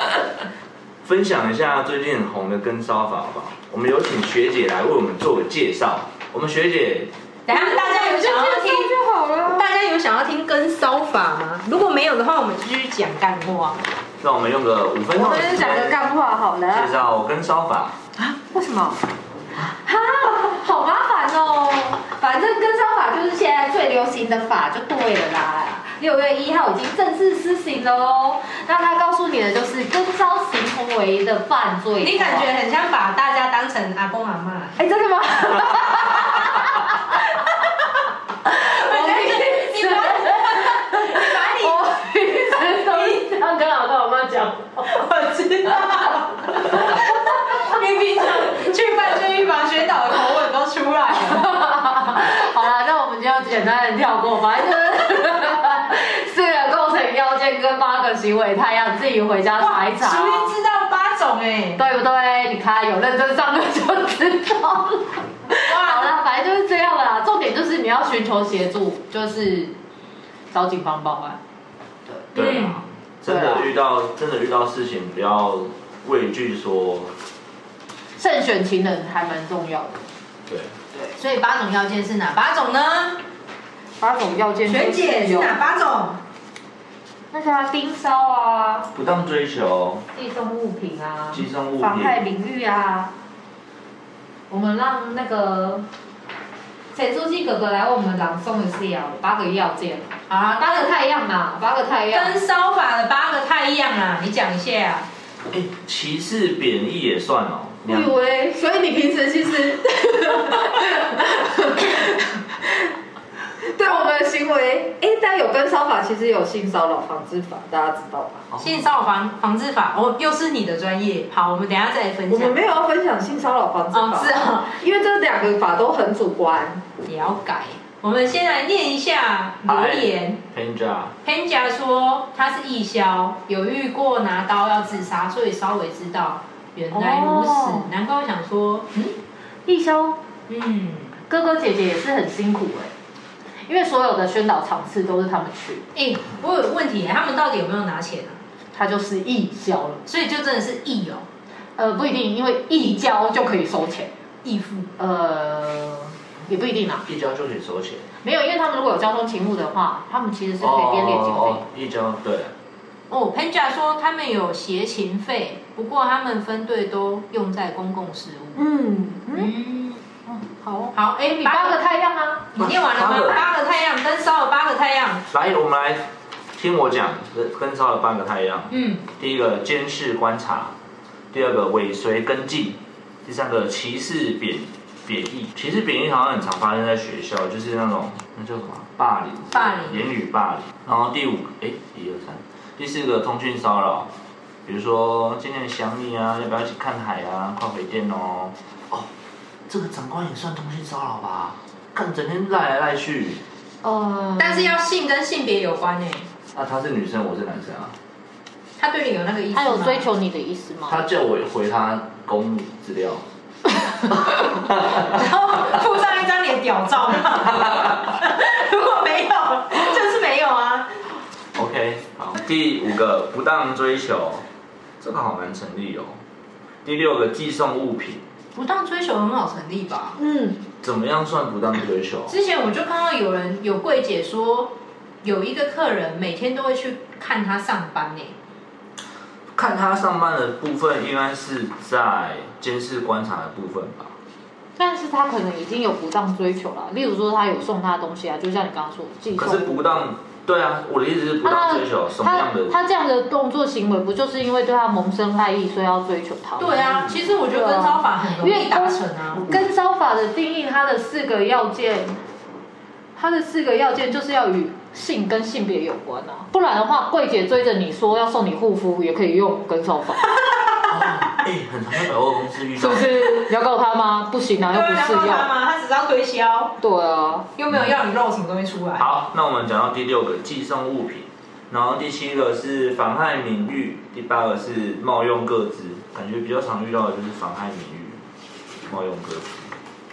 Speaker 1: 分享一下最近很红的跟烧法好不好？我们有请学姐来为我们做个介绍。我们学姐
Speaker 2: 等一下大家有想要听，
Speaker 4: 就好了。
Speaker 2: 大家有想要听跟骚法吗？如果没有的话，我们继续讲干货。
Speaker 1: 让我们用个五分
Speaker 4: 我
Speaker 1: 钟的
Speaker 4: 们
Speaker 1: 时
Speaker 4: 讲个
Speaker 1: 间
Speaker 4: 干话好了
Speaker 1: 介。绍跟烧法。
Speaker 4: 为什么？
Speaker 3: 好麻烦哦。反正跟烧法就是现在最流行的法就对了啦。六月一号已经正式施行了哦。那他告诉你的就是跟烧行为的犯罪。
Speaker 2: 你感觉？很像把大家当成阿公阿妈，
Speaker 3: 哎、真的吗？
Speaker 2: 你把你把
Speaker 3: 我平时都这样跟老爸老妈讲。
Speaker 2: 我知道，你平常去犯罪预防宣导的口吻都出来了。
Speaker 3: 好了，那我们就要简单的跳过，反正就是四个构成要件跟八个行为，他要自己回家查一查
Speaker 2: 熟，音知道八种哎、
Speaker 3: 对不对？你看有认真上课就知道了。好了，反正就是这样啦。重点就是你要寻求协助，就是找警方报案。
Speaker 1: 对啊，真
Speaker 3: 对啊
Speaker 1: 的遇到真的遇到事情不要畏惧说，
Speaker 3: 慎选情人还蛮重要的。
Speaker 1: 对，
Speaker 3: 对，
Speaker 2: 所以八种要件是哪八种呢？
Speaker 3: 八种要件
Speaker 2: 学姐是啊
Speaker 3: 有
Speaker 2: 哪八种？
Speaker 3: 那个啊，盯梢啊，
Speaker 1: 不当追求、
Speaker 3: 寄送物品啊，
Speaker 1: 寄生物
Speaker 3: 妨害
Speaker 1: 品、
Speaker 3: 名誉啊。我们让那个陈书记哥哥来为我们朗诵一下哦八个要件，
Speaker 2: 好啦，
Speaker 3: 八个太阳嘛，八个太阳
Speaker 2: 跟。烧法的八个太一样啊，你讲一下啊。
Speaker 1: 哎歧视、贬义也算哦。
Speaker 3: 我以为，
Speaker 4: 所以你平时其 实对我们的行为，哎、大家有跟骚法，其实有性骚扰防治法，大家知道吧？
Speaker 1: 哦
Speaker 2: 性骚扰防防治法，哦，又是你的专业。好，我们等一下再来分
Speaker 4: 我们
Speaker 2: 享。
Speaker 4: 没有要分享性骚扰防治法，
Speaker 2: 哦，是哦，
Speaker 4: 因为这两个法都很主观。
Speaker 2: 了解。我们先来念一下留
Speaker 1: 嗨
Speaker 2: 言。
Speaker 1: Panja，
Speaker 2: Penja 说他是义消，有遇过拿刀要自杀，所以稍微知道原来如此。
Speaker 3: 哦
Speaker 2: 难怪我想说，嗯
Speaker 3: 义消
Speaker 2: 嗯，
Speaker 3: 哥哥姐姐也是很辛苦哎、因为所有的宣导场次都是他们去，
Speaker 2: 哎、我有问题、他们到底有没有拿钱啊？
Speaker 3: 他就是义消了。
Speaker 2: 所以就真的是义哦，
Speaker 3: 呃，不一定，因为义交就可以收钱，
Speaker 2: 义父。
Speaker 3: 呃，也不一定啦。
Speaker 1: 一交就可以收钱。
Speaker 3: 没有，因为他们如果有交通勤务的话，他们其实是可以编列经费。
Speaker 1: 哦，一交对，
Speaker 2: 哦，Penja 说他们有协勤费，不过他们分队都用在公共事务。
Speaker 3: 嗯嗯，
Speaker 2: 嗯，
Speaker 3: 好哦，
Speaker 2: 好，哎、
Speaker 3: 你
Speaker 2: 你
Speaker 3: 八
Speaker 2: 八
Speaker 3: 个
Speaker 2: 个，
Speaker 3: 太阳啊，
Speaker 2: 你念完了
Speaker 1: 八
Speaker 2: 吗？
Speaker 1: 个
Speaker 2: 八个太阳，跟烧了八个太阳。
Speaker 1: 来，我们来听我讲，跟跟烧了半个太阳。
Speaker 2: 嗯，
Speaker 1: 第一个监视观察，第二个尾随跟进，第三个歧视贬贬义。歧视贬义好像很常发生在学校，就是那种那叫什么霸凌，
Speaker 2: 霸凌
Speaker 1: 言语霸凌。然后第五个，哎，一二三，第四个通讯骚扰，比如说今天想你啊，要不要去看海啊，快回电哦。哦，这个长官也算通讯骚扰吧？看整天赖来赖去，
Speaker 3: 呃，
Speaker 2: 但是要性跟性别有关哎、
Speaker 1: 啊，他是女生，我是男生啊。
Speaker 2: 他对你有那个意思吗
Speaker 3: 他有追求你的意思吗？
Speaker 1: 他叫我回他公墓资料。
Speaker 2: 然后附上一张你的屌 照。如果没有，就是没有啊。
Speaker 1: OK，好，第五个不当追求，这个好难成立哦。第六个寄送物品，
Speaker 2: 不当追求很好成立吧？
Speaker 3: 嗯，
Speaker 1: 怎么样算不当追求？
Speaker 2: 之前我就看到有人有柜姐说，有一个客人每天都会去看他上班欸呢、
Speaker 1: 看他上班的部分，应该是在监视观察的部分吧。
Speaker 3: 但是他可能已经有不当追求了，例如说他有送他东西啊，就像你刚刚说寄
Speaker 1: 可是
Speaker 3: 送。
Speaker 1: 不当，对啊，我的意思是不当追求什么
Speaker 3: 他
Speaker 1: 样的？
Speaker 3: 他这样的动作行为，不就是因为对他萌生爱意，所以要追求他吗？
Speaker 2: 对啊，其实我觉得跟招法很容易达成啊。
Speaker 3: 跟招法的定义，它的四个要件，它的四个要件就是要与性跟性别有关啊，不然的话，柜姐追着你说要送你护肤，也可以用跟招 法，
Speaker 1: 哎、很常在百货公司遇
Speaker 3: 是
Speaker 1: 到
Speaker 3: 不。是？你要告他吗？不行啊，又不适用。
Speaker 2: 吗？他只是要推销，
Speaker 3: 对啊，
Speaker 2: 又没有要你露什么东西出来。
Speaker 1: 好，那我们讲到第六个寄送物品，然后第七个是妨害名誉，第八个是冒用各自，感觉比较常遇到的就是妨害名誉、冒用各自。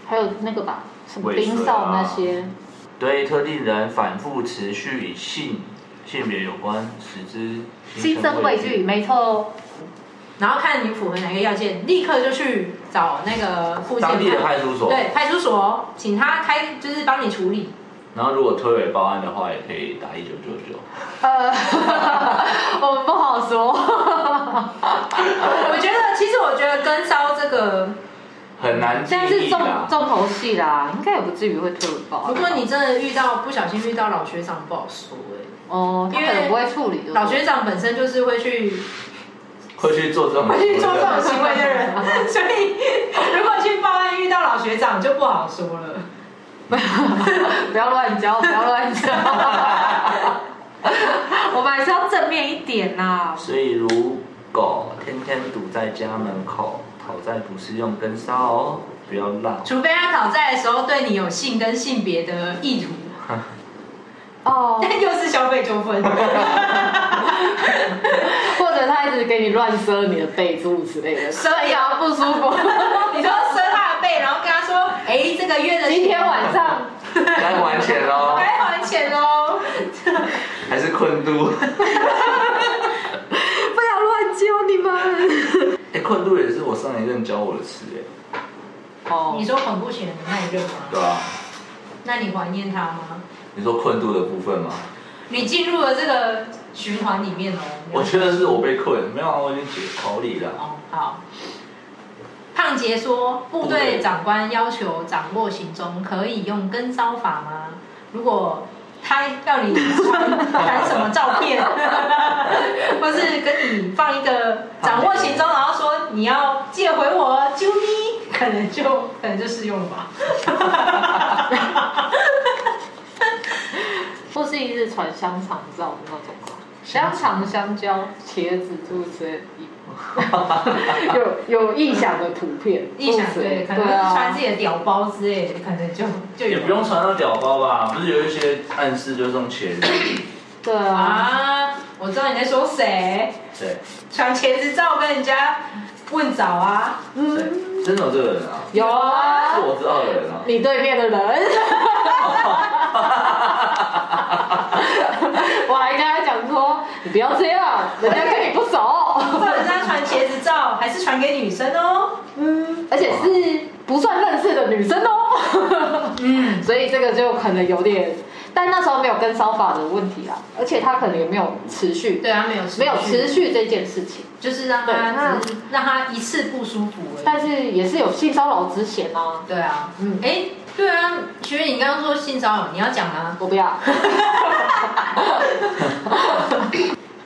Speaker 3: 还有那个吧，什么
Speaker 1: 尾随啊
Speaker 3: 冰少那些，
Speaker 1: 对特定人反复持续与性性别有关，使之
Speaker 3: 心生畏惧，。没错哦。
Speaker 2: 然后看你符合哪个要件，立刻就去找那个附近
Speaker 1: 当地的派出所，
Speaker 2: 对派出所，请他开就是帮你处理。
Speaker 1: 然后如果推诿报案的话，也可以打一九九九。
Speaker 3: 呃， 我们不好说。
Speaker 2: 我觉得其实我觉得跟烧这个，
Speaker 1: 很难记
Speaker 3: 现在是
Speaker 1: 忆
Speaker 3: 重
Speaker 1: 啦。
Speaker 3: 重头戏啦，应该也不至于会退保啊。
Speaker 2: 不过你真的遇到不小心遇到老学长不好说哎、
Speaker 3: 哦，他可
Speaker 2: 因为
Speaker 3: 能不会处理，对不对
Speaker 2: 老学长本身就是会去
Speaker 1: 会去做这种，
Speaker 2: 会去做这种行为的人，啊所以如果去报案遇到老学长就不好说了。
Speaker 3: 不要乱教，不要乱教。我们还是要正面一点呐、
Speaker 1: 所以如狗天天堵在家门口，讨债不是用跟梢哦，不要 闹。
Speaker 2: 除非他讨债的时候对你有性跟性别的意图，
Speaker 3: 哦，
Speaker 2: 但又是消费纠纷。
Speaker 3: 或者他一直给你乱遮你的背诸如此类 的，
Speaker 2: 遮
Speaker 3: 哎呀不舒服。
Speaker 2: 你说伸他的背，然后跟他说，哎、这个月的哦
Speaker 3: 今天晚
Speaker 2: 上
Speaker 3: 上
Speaker 1: 该还钱喽，
Speaker 2: 该还钱喽。
Speaker 1: 还是困度？
Speaker 3: 不要乱教你们。
Speaker 1: 哎、困度也是我上一任教我的词哎，
Speaker 3: 哦
Speaker 2: 你，说恐怖情人的那一任吗？
Speaker 1: 对吧、啊
Speaker 2: 那你怀念他吗？
Speaker 1: 你说困度的部分吗？
Speaker 2: 你进入了这个循环里面哦。
Speaker 1: 我觉得是我被困，没有啊，我已经解逃离 了。
Speaker 2: 哦，好。胖杰说，部队长官要求掌握行踪，可以用跟梢法吗？如果他要你传传什么照片， 或是跟你放一个掌握行踪，然后说你要借回我，啾咪，可能就可能就适用了吧。
Speaker 3: 或是一直传香肠照那种吧，香肠、香蕉、茄子诸如此类的衣服有有异想的图片，
Speaker 2: 一想
Speaker 3: 诸如此类
Speaker 2: 对，可能
Speaker 3: 对
Speaker 2: 是穿
Speaker 3: 啊
Speaker 2: 自。己的屌包之类的，可能就就
Speaker 1: 也
Speaker 2: 有
Speaker 1: 不用传到屌包吧？不是有一些暗示就送钱？
Speaker 3: 对啊，
Speaker 2: 啊。我知道你在说谁，
Speaker 1: 对，
Speaker 2: 传茄子照跟人家问早啊。
Speaker 1: 对，真的有这个人啊？
Speaker 3: 有啊
Speaker 1: 是，我知道的人 啊。
Speaker 3: 你对面的人。 我还跟他讲说，你不要这样，人家跟你不
Speaker 2: 不
Speaker 3: 熟，
Speaker 2: 管是要传茄子照，还是传给女生哦。
Speaker 3: 而且是不算认识的女生 哦。
Speaker 2: 嗯，
Speaker 3: 所以这个就可能有点，但那时候没有跟骚法的问题啊，而且他可能也没有持续，
Speaker 2: 对，啊他没有持续
Speaker 3: 没有持，续这件事情，
Speaker 2: 就是让他只是让他一次不舒服而已。
Speaker 3: 但是也是有性骚扰之嫌啊。
Speaker 2: 对啊，嗯
Speaker 3: 嗯，
Speaker 2: 哎，对啊，学姐，你刚刚说性骚扰，你要讲 啊。
Speaker 3: 我不要，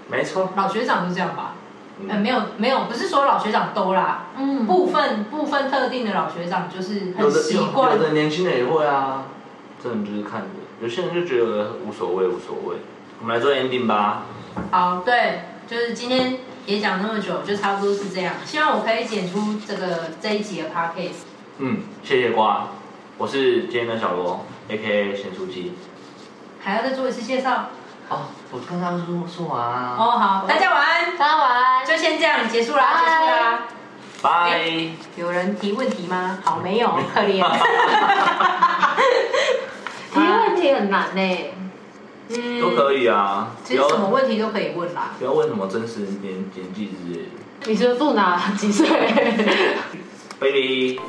Speaker 1: 没错，
Speaker 2: 老学长就这样吧，
Speaker 1: 嗯
Speaker 2: 呃，没有没有，不是说老学长都啦，
Speaker 3: 嗯，
Speaker 2: 部分部分特定的老学长就是
Speaker 1: 有
Speaker 2: 很
Speaker 1: 的
Speaker 2: 习
Speaker 1: 有
Speaker 2: 惯
Speaker 1: 有，的年轻人也会啊，真的就是看人，有些人就觉得无所谓无所谓。我们来做 ending 吧，
Speaker 2: 好，对，就是今天也讲那么久，就差不多是这样。希望我可以剪出这个这一集的 podcast。
Speaker 1: 嗯，谢谢瓜，我是今天的小罗，A K A 咸酥鸡。
Speaker 2: 还要再做一次介绍
Speaker 1: 哦，我跟他说说完
Speaker 2: 哦。
Speaker 1: 啊，
Speaker 2: 好，大家晚安，
Speaker 3: 大家晚安。
Speaker 2: 就先这样结束啦，结束啦。
Speaker 1: 拜、
Speaker 2: 有人提问题吗？好，没有，可 怜。
Speaker 3: 提问题很难欸呢、
Speaker 2: 嗯
Speaker 1: 都可以啊，不
Speaker 2: 其实
Speaker 1: 要
Speaker 2: 什么问题都可以问啦。
Speaker 1: 不要问什么真实年年纪之类的
Speaker 3: 你是住哪？几岁？
Speaker 1: ，baby。